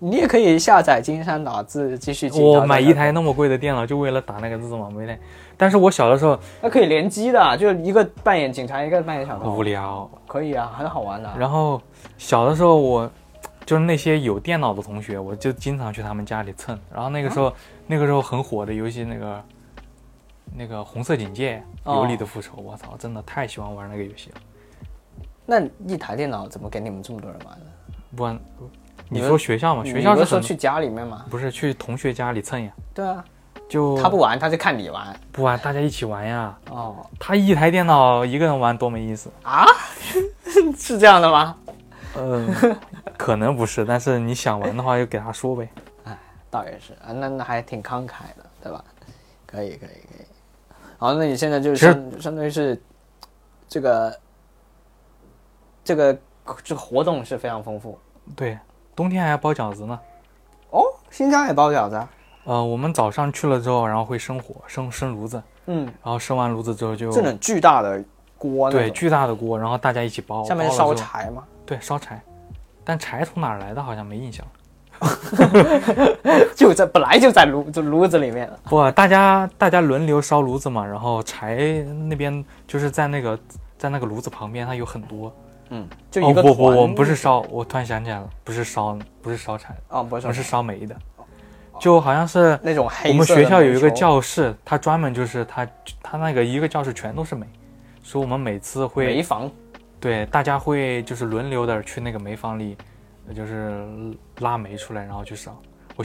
你也可以下载金山打字继续。我买一台，那么贵的电脑就为了打那个字嘛，没台。但是我小的时候那可以联机的，就一个扮演警察，一个扮演小很无偷，聊，可以啊，很好玩的。然后小的时候我就是那些有电脑的同学，我就经常去他们家里蹭。然后那个时啊候、那个时候很火的游戏那个那个红色警戒、哦尤里的复仇，我操，真的太喜欢玩那个游戏了。那一台电脑怎么给你们这么多人玩呢？不然你你们说学校哦嘛，学你校不是是说很去家里面吗？不是去同学家里蹭呀？对啊，就他不玩，他就看你玩。不玩，大家一起玩呀。哦他一台电脑一个人玩多没意思。啊，是这样的吗？嗯， 可能不是，但是你想玩的话就给他说呗。倒也是啊，那那还挺慷慨的，对吧？可以，可以，可以。好，那你现在就是其实相相当于是这个这个这个活动是非常丰富对，冬天还要包饺子呢。哦。新疆也包饺子啊，呃，我们早上去了之后，然后会生火，生生炉子，嗯，然后生完炉子之后就这种巨大的锅那对种巨大的锅，然后大家一起包，下面包是了烧之后，柴嘛， 对烧柴，但柴从哪儿来的好像没印象。就在本来就在炉就炉子里面了。不，大家大家轮流烧炉子嘛，然后柴那边就是在那个在那个炉子旁边，它有很多。嗯，就一个哦不不，团我们不是烧，我突然想起来了，不是烧不是烧柴，啊，不我是，们是烧煤的，就好像是那种黑我们色的学校有一个煤球教室，它专门就是它它那个一个教室全都是煤，所以我们每次煤会房，对大家会就是轮流的去那个煤房里，呃就是拉煤出来，然后去烧。我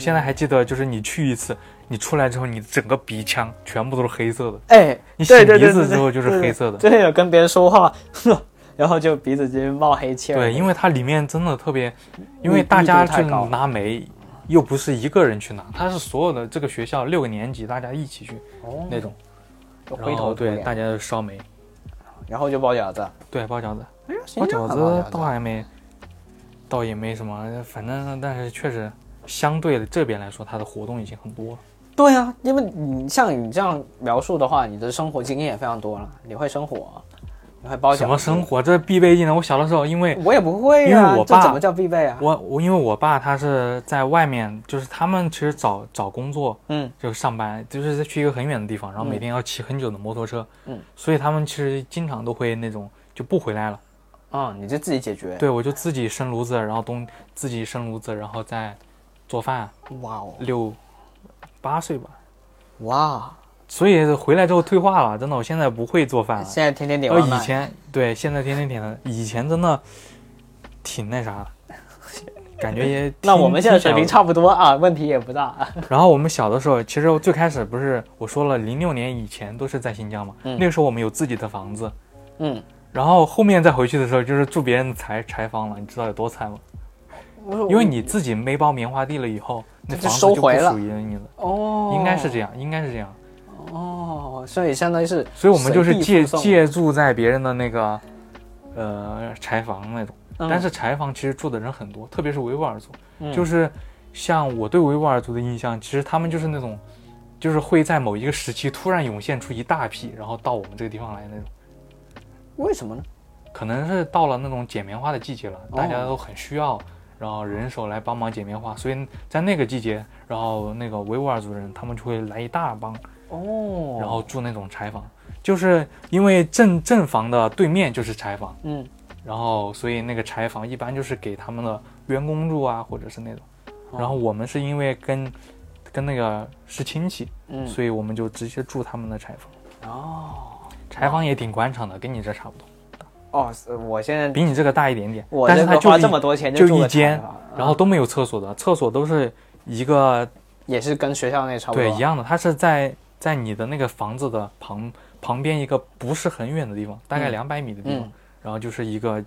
嗯现在还记得，就是你去一次，你出来之后，你整个鼻腔全部都是黑色的，哎，你对擤对对鼻子对对之后就是对对黑色的对，有跟别人说话， 然后就鼻子直接冒黑气儿。对，因为它里面真的特别，因为密大家密度太去高拿煤，又不是一个人去拿，它是所有的这个学校六个年级大家一起去哦那种，就灰然头后土对脸大家就烧煤，然后就包饺子。对包饺子。哎呀，包新疆饺还包子倒还没，倒也没什么，反正但是确实相对的这边来说，它的活动已经很多了。对啊，因为你像你这样描述的话，你的生活经验也非常多了，你会生火，你会包饺子。什么生？火，这是必备技能。我小的时候，因为我也不会因啊，为我这爸怎么叫必备啊？我我因为我爸他是在外面，就是他们其实找找工作嗯就上班，就是在去一个很远的地方，然后每天要骑很久的摩托车，嗯，所以他们其实经常都会那种就不回来了。啊、你就自己解决。，对我就自己生炉子，然后东自己生炉子，然后再做饭。哇哦，六八岁吧，哇，所以回来之后退化了，真的，我现在不会做饭了。现在天天点我外呃以卖，前对，现在天天点的，以前真的挺那啥的，感觉也那挺我们现在水平。挺小差不多 啊，问题也不大啊。的然后我们小的时候，其实最开始不是我说了，零六年以前都是在新疆嘛，嗯那个时候我们有自己的房子，嗯，然后后面再回去的时候就是住别人的柴柴房了，你知道有多惨吗？嗯因为你自己没包棉花地了以后，那哦就房子收就不回了属于你了，哦，应该是这样，应该是这样。哦，所以相当于是，所以我们就是借随地附送，借住在别人的那个呃柴房那种，嗯但是柴房其实住的人很多，特别是维吾尔族，嗯就是像我对维吾尔族的印象，其实他们就是那种就是会在某一个时期突然涌现出一大批，然后到我们这个地方来那种。为什么呢？可能是到了那种剪棉花的季节了，哦大家都很需要，然后人手来帮忙剪棉花，所以在那个季节，然后那个维吾尔族人他们就会来一大帮，哦，然后住那种柴房，就是因为正正房的对面就是柴房，嗯，然后所以那个柴房一般就是给他们的员工住啊，或者是那种，哦然后我们是因为跟跟那个是亲戚，嗯，所以我们就直接住他们的柴房，哦柴房也挺宽敞的，跟你这差不多，哦，是我现在比你这个大一点点，我但是这它个就花一这么多钱就住一个间厂房，然后都没有厕所的，厕所都是一个也是跟学校那差不多，对一，样的，它是在在你的那个房子的旁旁边一个不是很远的地方，大嗯概两百米的地方，嗯然后就是一个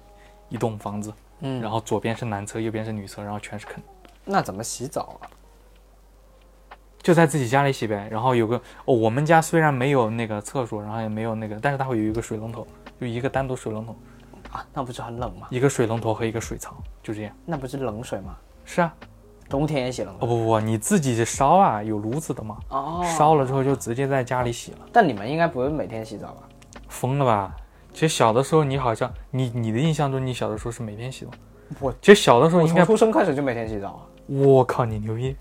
一栋房子，嗯，然后左边是男厕，右边是女厕，然后全是坑，那怎么洗澡啊？就在自己家里洗呗。然后有个哦，我们家虽然没有那个厕所，然后也没有那个，但是它会有一个水龙头，就一个单独水龙头，啊，那不是很冷吗？一个水龙头和一个水槽，就这样。那不是冷水吗？是啊，冬天也洗冷哦水不不不，你自己烧啊，有炉子的嘛，哦烧了之后就直接在家里洗了。但你们应该不会每天洗澡吧？疯了吧？其实小的时候你好像你你的印象中你小的时候是每天洗澡，我其实小的时候我应该从出生开始就每天洗澡啊。我靠你牛逼，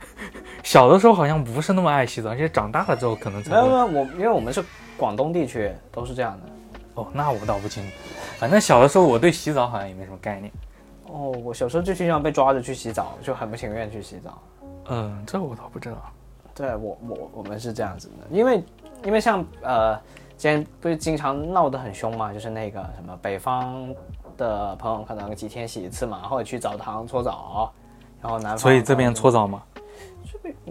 小的时候好像不是那么爱洗澡，而且长大了之后可能没才有没会。有，我因为我们是广东地区，都是这样的。哦，那我倒不清楚，反正小的时候我对洗澡好像也没什么概念。哦，我小时候就经常被抓着去洗澡，就很不情愿去洗澡。嗯，这我倒不知道。对我我我们是这样子的，因为因为像呃，之前不是经常闹得很凶嘛，就是那个什么北方的朋友可能几天洗一次嘛，或者去澡堂搓澡，然后南方所以这边可能搓澡吗？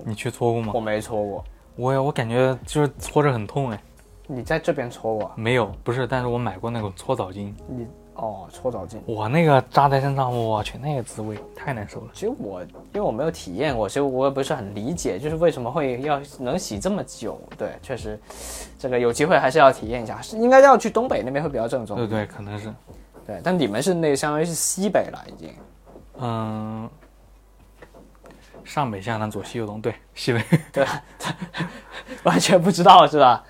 你去搓过吗我？没搓过，我我感觉就是搓着很痛哎。你在这边搓过啊？没有，不是，但是我买过那种搓澡巾，你哦搓澡巾。哇，那个扎在身上，我去那个滋味太难受了。其实我因为我没有体验过，所以我也不是很理解，就是为什么会要能洗这么久？对，确实，这个有机会还是要体验一下，是应该要去东北那边会比较正宗。对对，可能是。对，但你们是那相当于是西北了已经。 嗯，上北下南左西右东，对，西 北。对，完全不知道是吧？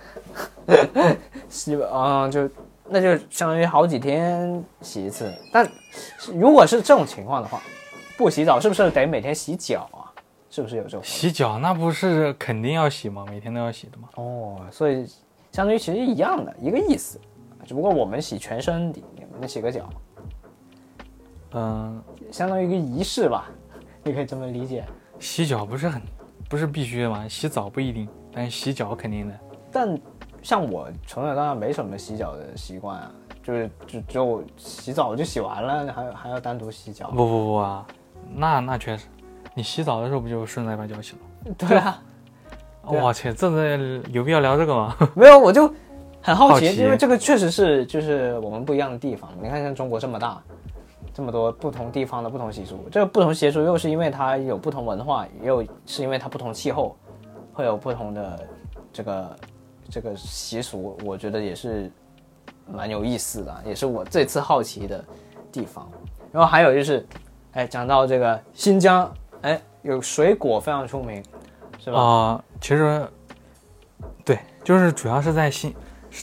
洗嗯，就那就相当于好几天洗一次。但是如果是这种情况的话，不洗澡是不是得每天洗脚啊？是不是有这种？洗脚那不是肯定要洗吗？每天都要洗的吗？哦，所以相当于其实一样的一个意思，只不过我们洗全身，你你们洗个脚，嗯，相当于一个仪式吧， 你可以这么理解。洗脚不是很，不是必须的吗？洗澡不一定，但是洗脚肯定的。但像我从小到大没什么洗脚的习惯啊，就是就只有洗澡就洗完了，还还要单独洗脚不。不不啊，那那确实，你洗澡的时候不就顺带把脚洗了？对啊，对啊我去，这这有必要聊这个吗？没有我就很好好奇，奇因为这个确实是就是我们不一样的地方。你看像中国这么大，这么多不同地方的不同习俗，这个不同习俗又是因为它有不同文化，也有是因为它不同气候，会有不同的这个这个习俗，我觉得也是蛮有意思的，也是我这次好奇的地方。然后还有就是，哎，讲到这个新疆，哎，有水果非常出名，是吧？啊、其实，对，就是主要是在新，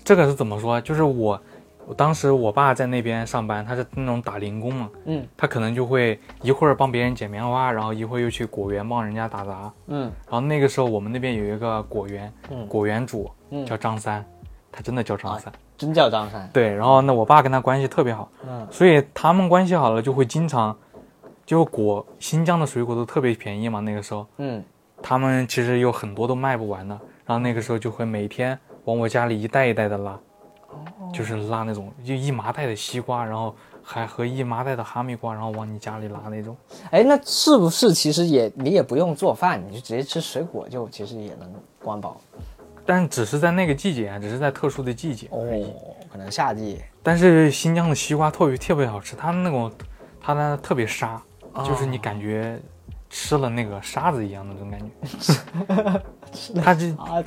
这个是怎么说？啊就是我，我当时我爸在那边上班，他是那种打零工嘛，嗯他可能就会一会儿帮别人捡棉花，然后一会儿又去果园帮人家打杂。嗯然后那个时候我们那边有一个果园，嗯，果园主嗯叫张三，他真的叫张啊三。真叫张三，对，然后呢，我爸跟他关系特别好，嗯。所以他们关系好了就会经常，就果新疆的水果都特别便宜嘛，那个时候。嗯，他们其实有很多都卖不完的，然后那个时候就会每天往我家里一袋一袋的拉，哦就是拉那种就一麻袋的西瓜，然后还和一麻袋的哈密瓜，然后往你家里拉那种。哎，那是不是其实也你也不用做饭，你就直接吃水果就其实也能管饱但只是在那个季节啊，只是在特殊的季节。哦？可能夏季但是新疆的西瓜特别特别好吃，它那种它呢特别沙，哦就是你感觉吃了那个沙子一样的那种感觉。 它这啊，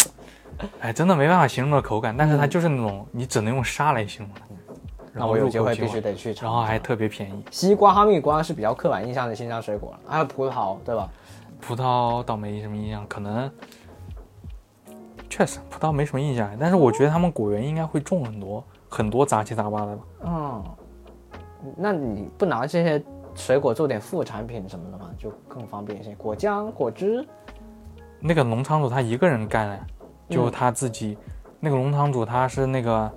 哎真的没办法形容的口感，但是它就是那种你只能用沙来形容它。然嗯那后我有入机口会即必化须得去尝。然后还特别便宜。西瓜、哈密瓜是比较刻板印象的新疆水果了，还有葡萄，对吧？葡萄倒没什么印象，可能确实葡萄没什么印象，但是我觉得他们果园应该会种很多很多杂七杂八的吧。哦，那你不拿这些水果做点副产品什么的吗？就更方便一些，果酱、果汁。那个农场主他一个人干呀，就他自己。那个农场主他是那个，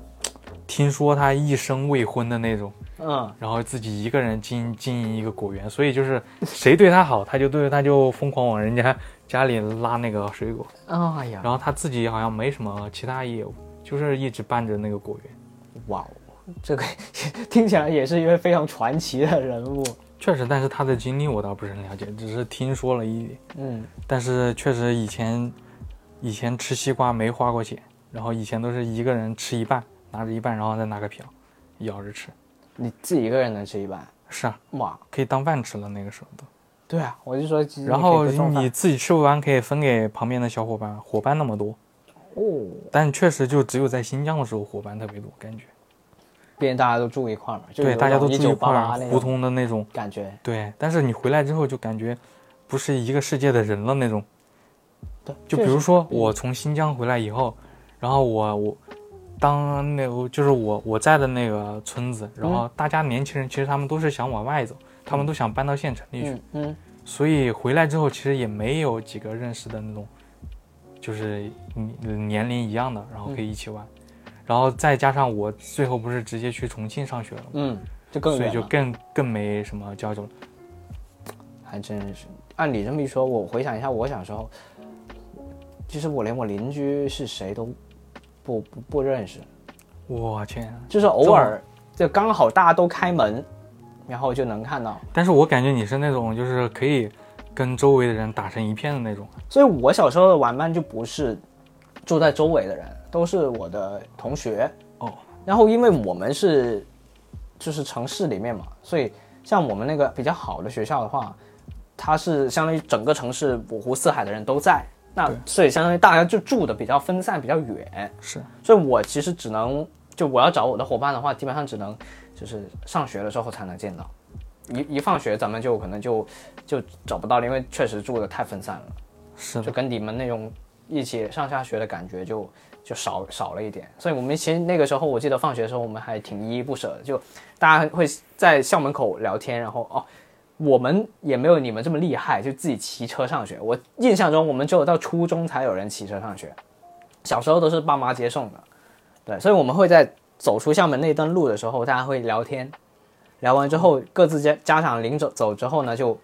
听说他一生未婚的那种，嗯，然后自己一个人经营经营一个果园，所以就是谁对他好，他就对他就疯狂往人家家里拉那个水果。哦、哎呀，嗯然后他自己好像没什么其他业务，就是一直办着那个果园。哇哦，这个 听起来也是一位非常传奇的人物。确实，但是他的经历我倒不是很了解，只是听说了一点。嗯，但是确实以前，以前吃西瓜没花过钱，然后以前都是一个人吃一半，拿着一半，然后再拿个瓢，咬着吃。你自己一个人能吃一半？是啊，哇，可以当饭吃了那个时候都。对啊，我就说其实然你可以后不做饭你自己吃不完，可以分给旁边的小伙伴，伙伴那么多。哦，但确实就只有在新疆的时候，伙伴特别多，感觉毕竟大家都住一块儿嘛，就对有大家种都住一块1988儿那，种胡同的那种感觉。对，但是你回来之后就感觉不是一个世界的人了那种。对，就确比实如嗯说我从新疆回来以后，然后我我当那个就是我我在的那个村子，然嗯后大家年轻人其实他们都是想往外走，他们都想搬到县城里去，嗯嗯，所以回来之后其实也没有几个认识的那种，就是年年龄一样的，然后嗯可以一起玩。然后再加上我最后不是直接去重庆上学了嘛，嗯，就更所以远就了更更没什么交流了。还真是。按你这么一说，我回想一下，我小时候，其实我连我邻居是谁都不不不认识，我天啊！就是偶尔就刚好大家都开门，然后就能看到。但是我感觉你是那种就是可以跟周围的人打成一片的那种。所以我小时候的玩伴就不是住在周围的人，都是我的同学。哦，然后因为我们是就是城市里面嘛，所以像我们那个比较好的学校的话，它是相当于整个城市五湖四海的人都在，那对所以相当于大家就住的比较分散，比较远。是，所以我其实只能就我要找我的伙伴的话，基本上只能就是上学的时候才能见到。一一放学，咱们就可能就就找不到了，因为确实住的太分散了。是就的，跟你们那种一起上下学的感觉就就少少了一点。所以我们其实那个时候，我记得放学的时候，我们还挺依依不舍的，就大家会在校门口聊天，然后哦。我们也没有你们这么厉害，就自己骑车上学。我印象中，我们只有到初中才有人骑车上学，小时候都是爸妈接送的。对，所以我们会在走出校门那段路的时候，大家会聊天，聊完之后各自家家长领走走之后呢，就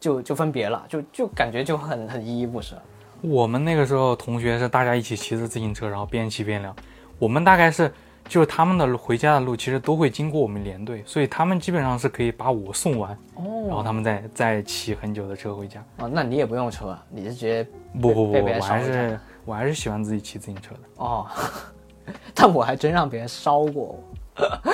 就就分别了，就就感觉就很很依依不舍。我们那个时候同学是大家一起骑着自行车，然后边骑边聊。我们大概是就是他们的路回家的路，其实都会经过我们连队，所以他们基本上是可以把我送完，然后哦，他们再再骑很久的车回家。啊，那你也不用车，你是直接不不被不，别人我还捎回是我还是喜欢自己骑自行车的。哦。 但我还真让别人烧过我。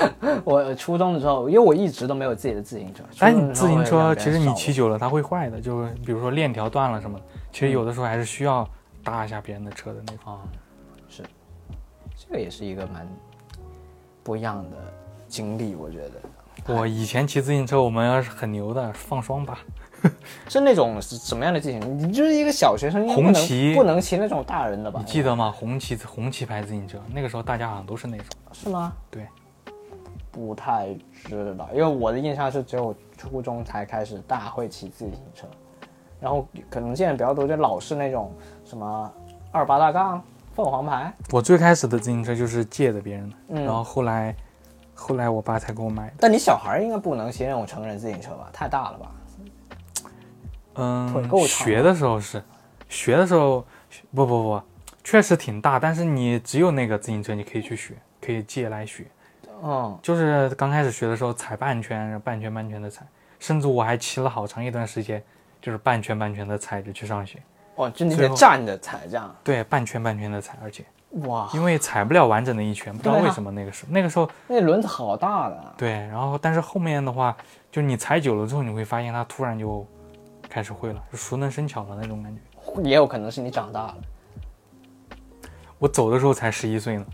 我初中的时候，因为我一直都没有自己的自行车。但初中你的时自候行我也让车别人其实烧哎你过骑久了它会坏的，就是比如说链条断了什么的，其实有的时候还是需要搭一下别人的车的那种。啊，是，这个也是一个蛮不一样的经历，我觉得啊我以前骑自行车，我们要是很牛的，放双把，是那种是什么样的自行车？你就是一个小学生，应该红不能旗不能骑那种大人的吧？你记得吗？红旗红旗牌自行车，那个时候大家好像都是那种。是吗？对，不太知道，因为我的印象是只有初中才开始大家会骑自行车，然后可能见的比较多，就老是那种什么二八大杠、凤凰牌，我最开始的自行车就是借的别人的，嗯然后后来，后来我爸才给我买的。但你小孩儿应该不能骑那种成人自行车吧？太大了吧？腿嗯，够长学的时候是，学的时候不不不，确实挺大，但是你只有那个自行车你可以去学，可以借来学。嗯，就是刚开始学的时候踩半圈，然后半圈半圈的踩，甚至我还骑了好长一段时间，就是半圈半圈的踩着去上学。哦，就你最得后站着踩这样，对，半圈半圈的踩，而且哇，因为踩不了完整的一圈，不知道对啊为什么那个时候那个时候那轮子好大的啊，对，然后但是后面的话，就你踩久了之后，你会发现它突然就开始会了，就熟能生巧了那种感觉。也有可能是你长大了，我走的时候才十一岁呢，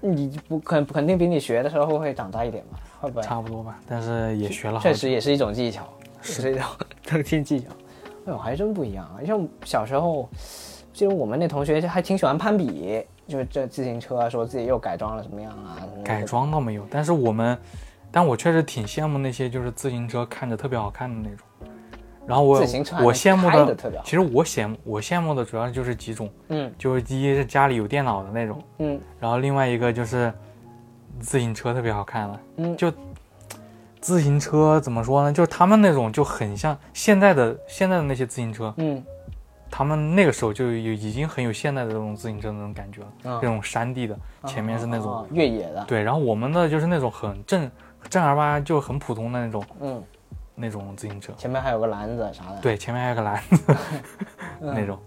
你不肯肯定比你学的时候会长大一点吧？会不会？差不多吧，但是也学了好确久。实也是一种技巧，是一种增进技巧。哎呦，还真不一样啊！像小时候，记得我们那同学还挺喜欢攀比，就是这自行车啊，说自己又改装了什么样啊，什么改装倒没有，但是我们，但我确实挺羡慕那些就是自行车看着特别好看的那种。然后我自行车还我能羡慕开的，得特别好其实我羡我羡慕的主要就是几种，嗯就是第一是家里有电脑的那种，嗯然后另外一个就是自行车特别好看了。嗯，就自行车怎么说呢？就是他们那种就很像现在的现在的那些自行车，嗯他们那个时候就有已经很有现代的这种自行车的那种感觉了，嗯这种山地的，前面是那种哦越野的，对，然后我们的就是那种很正正儿八就很普通的那种嗯，那种自行车，前面还有个篮子啥的，，对，前面还有个篮子嗯那种。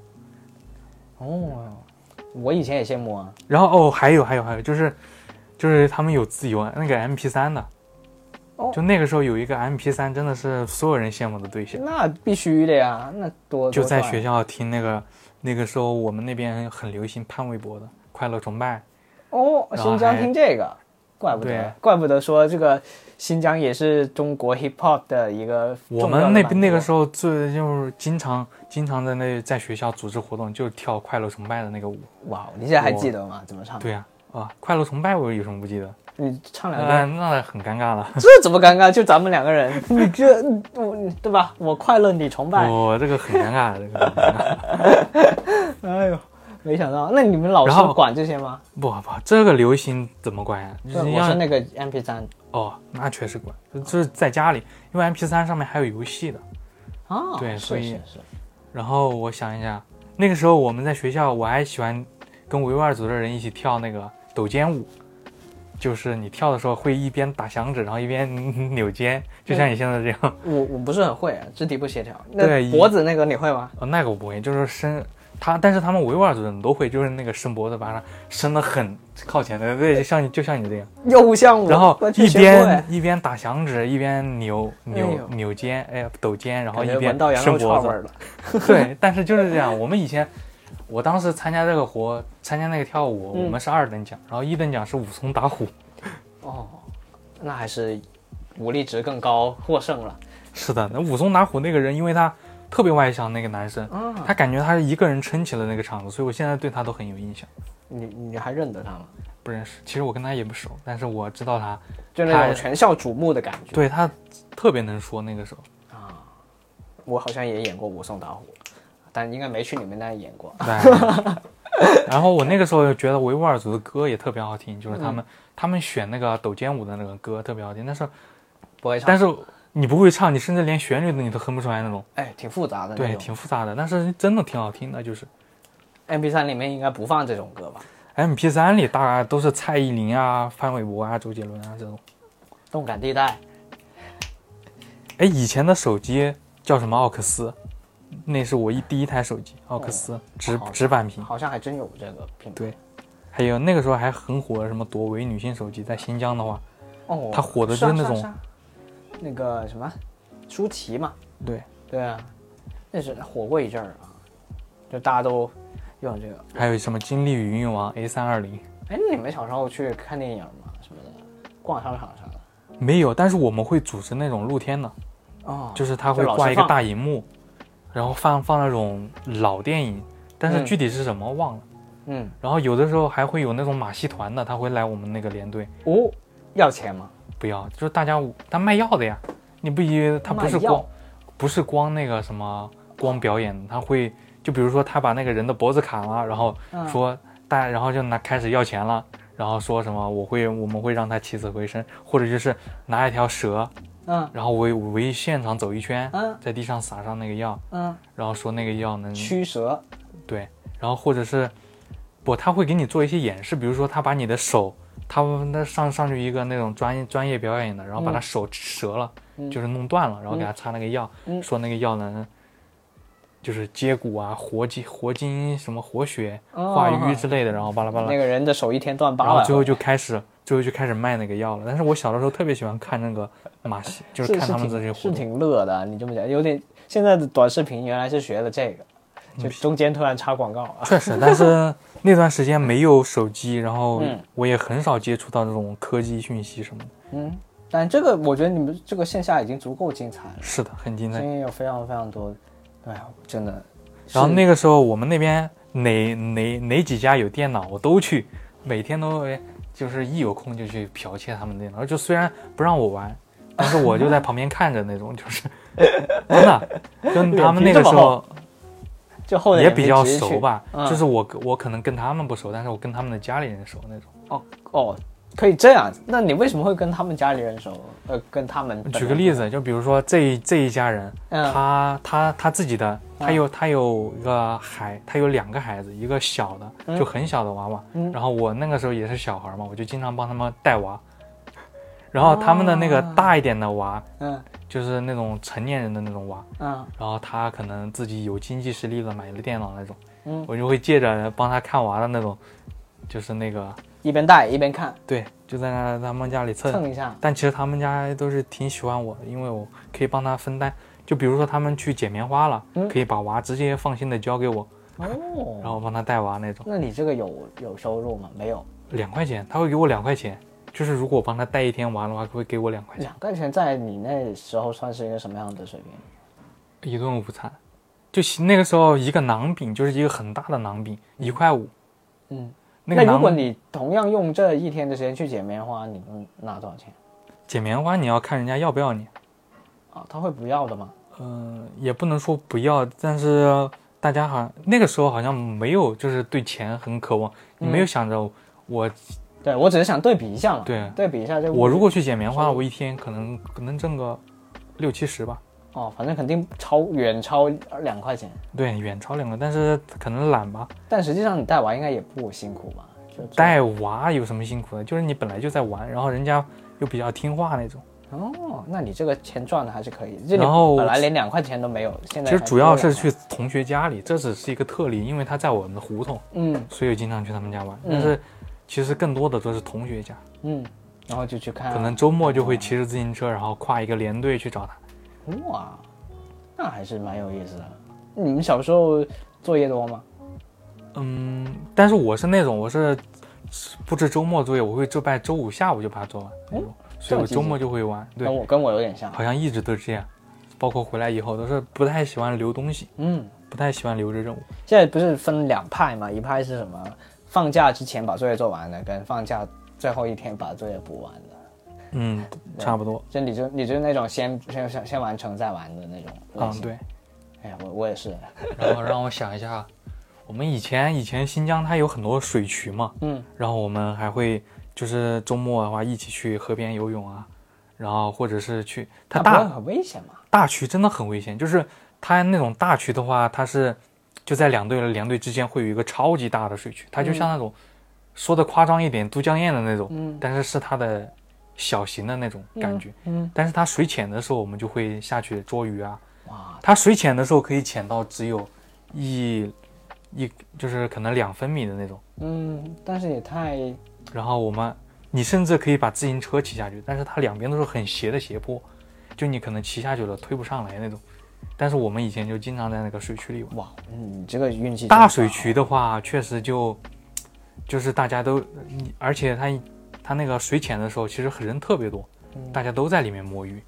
哦，我以前也羡慕啊，然后哦，还有还有还有，就是就是他们有自由那个 MP 3的哦，就那个时候有一个 MP 3真的是所有人羡慕的对象，那必须的呀，那多啊就在学校校听那个那个时候我们那边很流行潘玮柏的《快乐崇拜》，哦，然后新疆还听这个，怪不对得，怪不得说这个新疆也是中国 hip hop 的一个我们那边那个时候，候最就是经常经常在那在学校组织活动，就是跳《快乐崇拜》的那个舞。哇，你现在还我记得吗？怎么唱？对呀、啊，快乐崇拜我有什么不记得？你唱两句。嗯、那很尴尬了。这怎么尴尬？就咱们两个 人，你这我对吧？我快乐，你崇拜。我、这个很尴尬，这个很尴尬。哎呦，没想到，那你们老然后师管这些吗？不不，这个流行怎么啊管呀、对，就是我要是那个 MP 3哦，那确实管，就是在家里，因为 MP 3上面还有游戏的。啊，对是所以是是，然后我想一下，那个时候我们在学校，我还喜欢跟维吾尔族的人一起跳那个抖肩舞，就是你跳的时候会一边打响指，然后一边 扭肩，就像你现在这样。我我不是很会，啊肢体不协调。对那脖子那个你会吗？哦，那个我不会，就是伸他，但是他们维吾尔族人都会，就是那个伸脖子，把它伸得很靠前的，对，像你就像你这样，又不像我，然后我去一学边过一边打响指，一边扭哎扭呦扭肩，哎呀，抖肩，然后哎一感觉边闻到羊伸肉串脖味儿子，了。 对，但是就是这样。我们以前，我当时参加这个活，参加那个跳舞，我嗯们是二等奖，然后一等奖是武松打虎。哦，那还是武力值更高获胜了。 是的，那武松打虎那个人，因为他特别外向，那个男生，啊，他感觉他是一个人撑起了那个场子，所以我现在对他都很有印象。你你还认得他吗？不认识，其实我跟他也不熟，但是我知道他，就那他种全校瞩目的感觉。对他特别能说。那个时 候，我好像也演过《武松打虎》，但应该没去你们那演过。对。然后我那个时候就觉得维吾尔族的歌也特别好听，就是他们、他们选那个抖肩舞的那个歌特别好听，但是不会唱，但是你不会唱，你甚至连旋律都你都哼不出来那种。哎，挺复杂的那对，种。挺复杂的，但是真的挺好听的。就是 M P 3里面应该不放这种歌吧？ M P 3里大概都是蔡依林啊、潘玮柏啊、周杰伦啊这种。动感地带，哎，以前的手机叫什么奥克斯，那是我一第一台手机，奥克斯直哦好直板屏。好像还真有这个品牌。嗯对还有那个时候还很火，什么夺维女性手机，在新疆的话，哦，它火的就是啊那种是啊是啊那个什么舒淇嘛，对，对啊，那是火过一阵儿啊，就大家都用这个。还有什么金立云云王 A 3 2 0哎，那你们小时候去看电影吗？什么的，逛商场啥的？没有，但是我们会组织那种露天的，哦，就是它就会老挂是一个放大荧幕，然后放放那种老电影，但是嗯具体是什么忘了。嗯，然后有的时候还会有那种马戏团的，他会来我们那个连队，哦，要钱吗？不要，就是大家他卖药的呀，你不以为他不是卖药光，不是光那个什么光表演，他会就比如说他把那个人的脖子砍了，然后嗯说大家，然后就拿开始要钱了，然后说什么我会我们会让他起死回生，或者就是拿一条蛇，嗯然后围围现场走一圈，嗯在地上撒上那个药，嗯，然后说那个药能驱蛇。对，然后或者是不，他会给你做一些演示，比如说他把你的手，他那上上去一个那种专业专业表演的，然后嗯把他手折了，就是弄断了，然后给他擦那个药，嗯说那个药能就是接骨啊、活筋、活筋什么活血、化瘀之类的，然后巴拉巴拉，哦那个人的手一天断然八后了，啊最后就开始。最后就开始卖那个药了，但是我小的时候特别喜欢看那个马戏，就是是看是他们挺这些活是动，挺乐的。你这么讲，有点现在的短视频原来是学的这个，就中间突然插广告啊。嗯确实，但是那段时间没有手机，然后嗯我也很少接触到这种科技讯息什么的。嗯，但这个我觉得你们这个线下已经足够精彩了，是的，很精彩因。为有非常非常多，哎呀，真的。然后是那个时候我们那边哪哪哪几家有电脑我都去，每天都哎就是一有空就去剽窃他们的电脑，就虽然不让我玩，但是我就在旁边看着那种，就是 真的，跟他们那个时这么厚候就后来也比较熟吧，嗯就是我跟我可能跟他们不熟，但是我跟他们的家里人熟那种。哦哦，可以这样。那你为什么会跟他们家里人熟？呃，跟他们举个例子，子，就比如说这一这一家人，嗯他他他自己的，他嗯有他有一个孩，他有两个孩子，一个小的就很小的娃娃，嗯然后我那个时候也是小孩嘛，我就经常帮他们带娃，然后他们的那个哦大一点的娃，嗯就是那种成年人的那种娃，嗯然后他可能自己有经济实力了，买了电脑那种，嗯，我就会借着帮他看娃的那种，就是那个一边带一边看，对，就在那他们家里蹭蹭一下。但其实他们家都是挺喜欢我的，因为我可以帮他分担。就比如说他们去捡棉花了，嗯可以把娃直接放心的交给我，然哦，后我帮他带娃那种。那你这个有有收入吗？没有，两块钱，他会给我两块钱，就是如果我帮他带一天娃的话，会给我两块钱两块钱在你那时候算是一个什么样的水平？一顿午餐。就其那个时候一个馕饼就是一个很大的馕饼，一块五。嗯，那个如果馕你同样用这一天的时间去捡棉花，你能拿多少钱？捡棉花，你要看人家要不要你。啊，他会不要的吗？嗯、也不能说不要，但是大家好像那个时候好像没有，就是对钱很渴望，你嗯没有想着我对我只是想对比一下嘛，对对比一下这个物质。我如果去捡棉花，我一天可能可能挣个六七十吧，哦，反正肯定超远超两块钱，对，远超两个，但是可能懒吧。但实际上你带娃应该也不辛苦吧？就带娃有什么辛苦的？就是你本来就在玩，然后人家又比较听话那种。哦，那你这个钱赚的还是可以，就你然后本来连两块钱都没有，现在其实还主要多两是块去同学家里，这只是一个特例，因为他在我们的胡同，嗯所以经常去他们家玩。嗯但是其实更多的都是同学家，嗯，然后就去看，可能周末就会骑着自行车，然后跨一个连队去找他。哇，那还是蛮有意思的。你们小时候作业多吗？嗯，但是我是那种，我是布置周末作业，我会就拜周五下午就把它做完那哦种，所以我周末就会玩。对跟，我跟我有点像，好像一直都是这样，包括回来以后都是不太喜欢留东西，嗯，不太喜欢留着任务。现在不是分两派嘛，一派是什么？放假之前把作业做完的，跟放假最后一天把作业补完的。嗯，差不多。就你就你就是那种先先先先完成再玩的那种。嗯，。对。哎呀，我我也是。然后让我想一下，啊 我们以前以前新疆它有很多水渠嘛，嗯，然后我们还会就是周末的话一起去河边游泳啊，然后或者是去它那大不会很危险嘛？大区真的很危险，就是它那种大区的话，它是就在两队和两队之间会有一个超级大的水区，它就像那种、说的夸张一点，都江堰的那种，嗯但是是它的小型的那种感觉。嗯，但是它水浅的时候，我们就会下去捉鱼啊。哇，它水浅的时候可以浅到只有一一就是可能两分米的那种，嗯，但是也太然后我们你甚至可以把自行车骑下去，但是它两边都是很斜的斜坡，就你可能骑下去了推不上来那种。但是我们以前就经常在那个水渠里玩。哇，嗯，你这个运气真大好啊水渠的话，确实就就是大家都，你而且它它那个水浅的时候，其实人特别多，嗯大家都在里面摸鱼。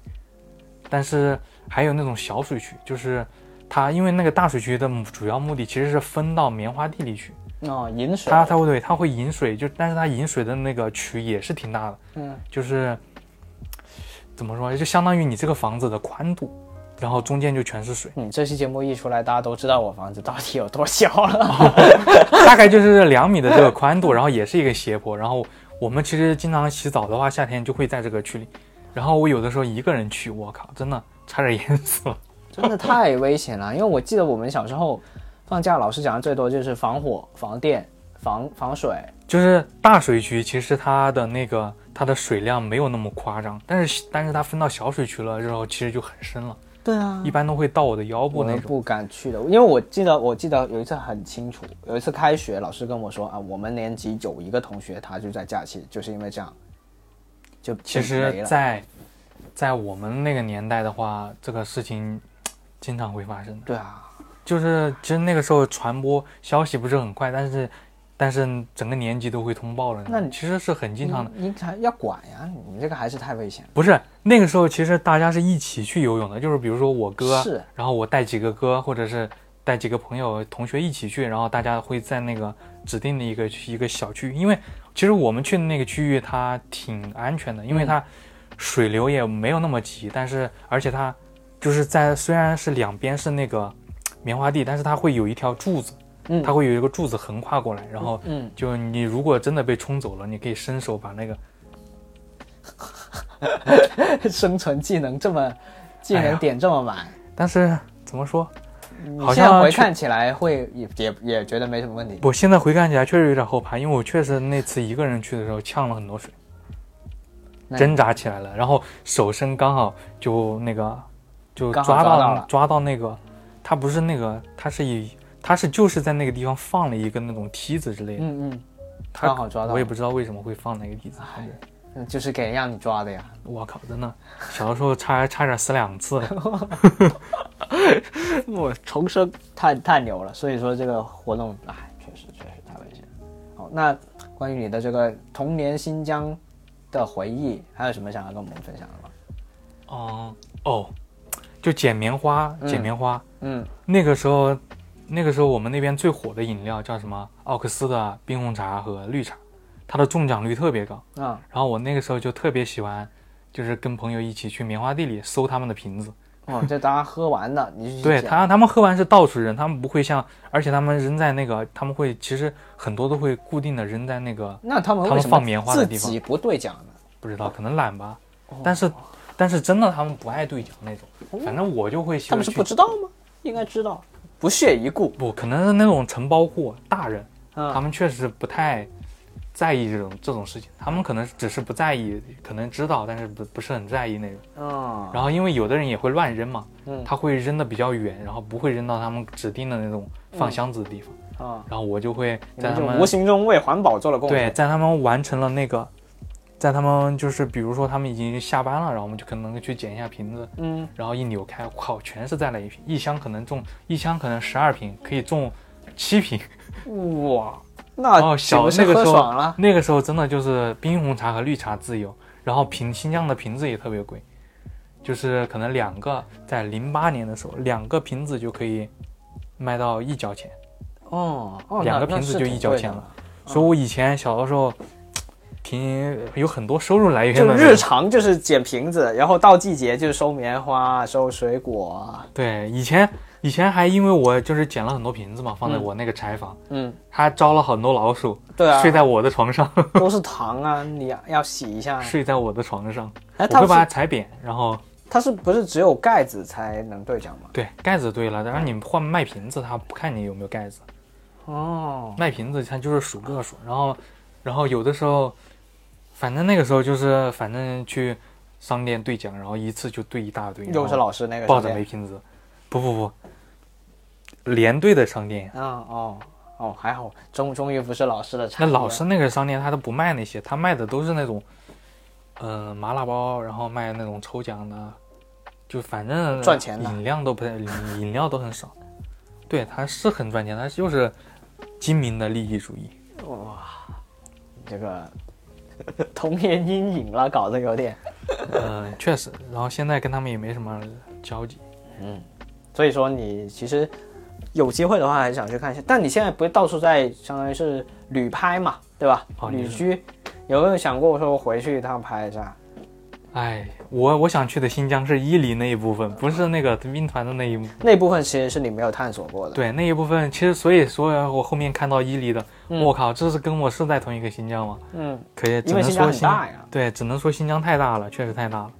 但是还有那种小水渠，就是它因为那个大水渠的主要目的其实是分到棉花地里去，哦，饮水它它会对它会引水，就但是它引水的那个渠也是挺大的，嗯就是怎么说，就相当于你这个房子的宽度，然后中间就全是水。你嗯这期节目一出来，大家都知道我房子到底有多小了。大概就是两米的这个宽度，然后也是一个斜坡。然后我们其实经常洗澡的话，夏天就会在这个区里。然后我有的时候一个人去，我靠，真的差点淹死了。 真的太危险了，因为我记得我们小时候放假，老师讲的最多就是防火、防电、防防水。就是大水渠，其实它的那个它的水量没有那么夸张，但是但是它分到小水渠了之后，其实就很深了，对啊一般都会到我的腰部我那都种。不敢去的，因为我记得我记得有一次很清楚，有一次开学，老师跟我说啊，我们年级有一个同学他就在假期，就是因为这样，就其就实没在，了。在我们那个年代的话，这个事情经常会发生的。对啊，就是其实那个时候传播消息不是很快，但是但是整个年级都会通报了。那你嗯其实是很经常的，你你还要管呀，你这个还是太危险了。不是那个时候其实大家是一起去游泳的，就是比如说我哥，啊是然后我带几个哥，或者是带几个朋友、同学一起去，然后大家会在那个指定的一个一个小区域，因为其实我们去的那个区域它挺安全的，因为它水流也没有那么急，但是而且它就是在虽然是两边是那个棉花地，但是它会有一条柱子，嗯它会有一个柱子横跨过来，然后嗯，就你如果真的被冲走了，你可以伸手把那个生存技能这么技哎呀能点这么满，但是怎么说？你好现在像回去看起来会也也也觉得没什么问题。我现在回看起来确实有点后怕，因为我确实那次一个人去的时候呛了很多水，那挣扎起来了，然后手伸刚好就那个就刚抓好到抓到了抓到那个，它不是那个，它是以它是就是在那个地方放了一个那种梯子之类的，嗯嗯它刚好抓到了我也不知道为什么会放那个梯子，反正嗯，就是给人让你抓的呀。 我靠，真的，小的时候差差点死 两次了。我重生太太牛了，所以说这个活动，哎，确实确实太危险了。好，那关于你的这个童年新疆的回忆，还有什么想要跟我们分享的吗？哦、哦，就捡棉花，捡棉花。嗯那个时候，那个时候我们那边最火的饮料叫什么？奥克斯的冰红茶和绿茶，它的中奖率特别高。啊，然后我那个时候就特别喜欢，就是跟朋友一起去棉花地里搜他们的瓶子。哦，这大家喝完 了，你就去嗯对捡他，他们喝完是到处扔，他们不会像，而且他们扔在那个，他们会其实很多都会固定的扔在那个，那他们他为们什放棉么花自的地方己不兑奖呢？不知道可能懒吧。哦但是，但是真的他们不爱兑奖那种，反正我就会喜他欢们是去不知道吗？应该知道，不屑一顾。不可能是那种承包户大人，嗯他们确实不太在意这种这种事情，他们可能只是不在意，可能知道，但是不不是很在意那种。嗯然后因为有的人也会乱扔嘛，嗯他会扔的比较远，然后不会扔到他们指定的那种放箱子的地方。啊，然后我就会你在们他就们无形中为环保做了贡对，献。在他们完成了那个，在他们就是比如说他们已经下班了，然后我们就可能去捡一下瓶子，嗯，然后一扭开，我靠，全是再来一瓶，一箱可能中一箱可能十二瓶，可以中七瓶。嗯哇，那哦，岂小不是那个喝时爽候了？那个时候真的就是冰红茶和绿茶自由，然后瓶新疆的瓶子也特别贵，就是可能两个在零八年的时候，两个瓶子就可以卖到一角钱，哦哦，那两个瓶子就一角钱。那是挺贵的了。所以我以前小的时候，嗯挺有很多收入来源就的，日常就是捡瓶子，然后到季节就是收棉花、收水果。啊对，以前以前还因为我就是捡了很多瓶子嘛，放在我那个柴房，嗯，它招了很多老鼠，对啊睡，在我的床上，都是糖啊，你要洗一下。睡在我的床上，哎，我会把它它是踩扁，然后。它是不是只有盖子才能兑奖吗？对，盖子对了，然后你换卖瓶子，他不看你有没有盖子，哦，卖瓶子他就是数个数，然后，然后有的时候，反正那个时候就是反正去商店兑奖，然后一次就兑一大堆，又是然后老师那个抱着商没店。瓶子，不不不，连兑的商店，嗯哦哦，还好，终终于不是老师的那产业。老师那个商店他都不卖那些，他卖的都是那种，嗯、麻辣包，然后卖那种抽奖的，就反正赚钱的饮料都不太，饮饮料都很少。对，他是很赚钱，他就是精明的利益主义。这个 童年阴影了，搞得有点。嗯，确实。然后现在跟他们也没什么交集。所以说你其实有机会的话，还是想去看一下。但你现在不是到处在，相当于是旅拍嘛，对吧？哦旅你是居，有没有想过说回去一趟拍一下？哎，我我想去的新疆是伊犁那一部分，不是那个兵团的那一幕。那部分其实是你没有探索过的。，对，那一部分其实，所以说我后面看到伊犁的，我、靠，这是跟我是在同一个新疆吗？嗯，可以，只因为能新疆说很大呀，对，只能说新疆太大了，确实太大了。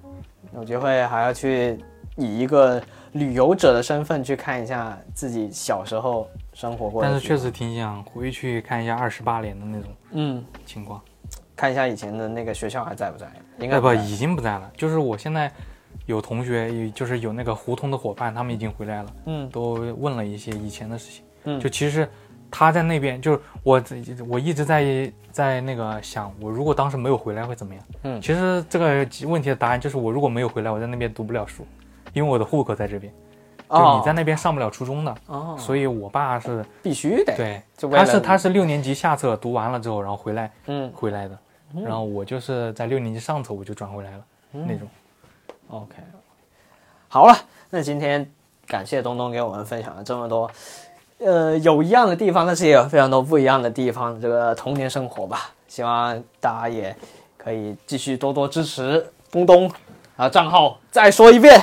有机会还要去以一个旅游者的身份去看一下自己小时候生活过的但地方。是确实挺想回去看一下二十八连的那种嗯，情况。看一下以前的那个学校还在不在？应该哎不，在已经不在了。就是我现在有同学，也就是有那个胡同的伙伴，他们已经回来了，嗯都问了一些以前的事情。嗯就其实他在那边，就是我我一直在在那个想，我如果当时没有回来会怎么样？嗯其实这个问题的答案就是，我如果没有回来，我在那边读不了书，因为我的户口在这边，就哦你在那边上不了初中的，哦，所以我爸是。必须得对就，为他了是他你是六年级下册读完了之后，然后回来嗯嗯回来的，然后我就是在六年级上册我就转回来了那种。 OK，好了，那今天感谢东东给我们分享了这么多，呃，有一样的地方，但是也有非常多不一样的地方。这个童年生活吧，希望大家也可以继续多多支持东东，然后账号再说一遍，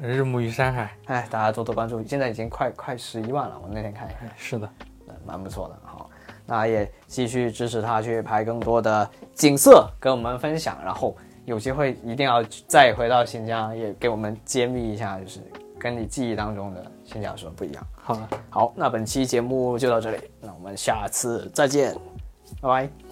日暮与山海，哎，大家多多关注，现在已经快快十一万了，我那天看一看。是的，呃蛮不错的。好，那也继续支持他去拍更多的景色跟我们分享，然后有机会一定要再回到新疆，也给我们揭秘一下，就是跟你记忆当中的新疆有什么不一样。好了。好，那本期节目就到这里，那我们下次再见，拜拜。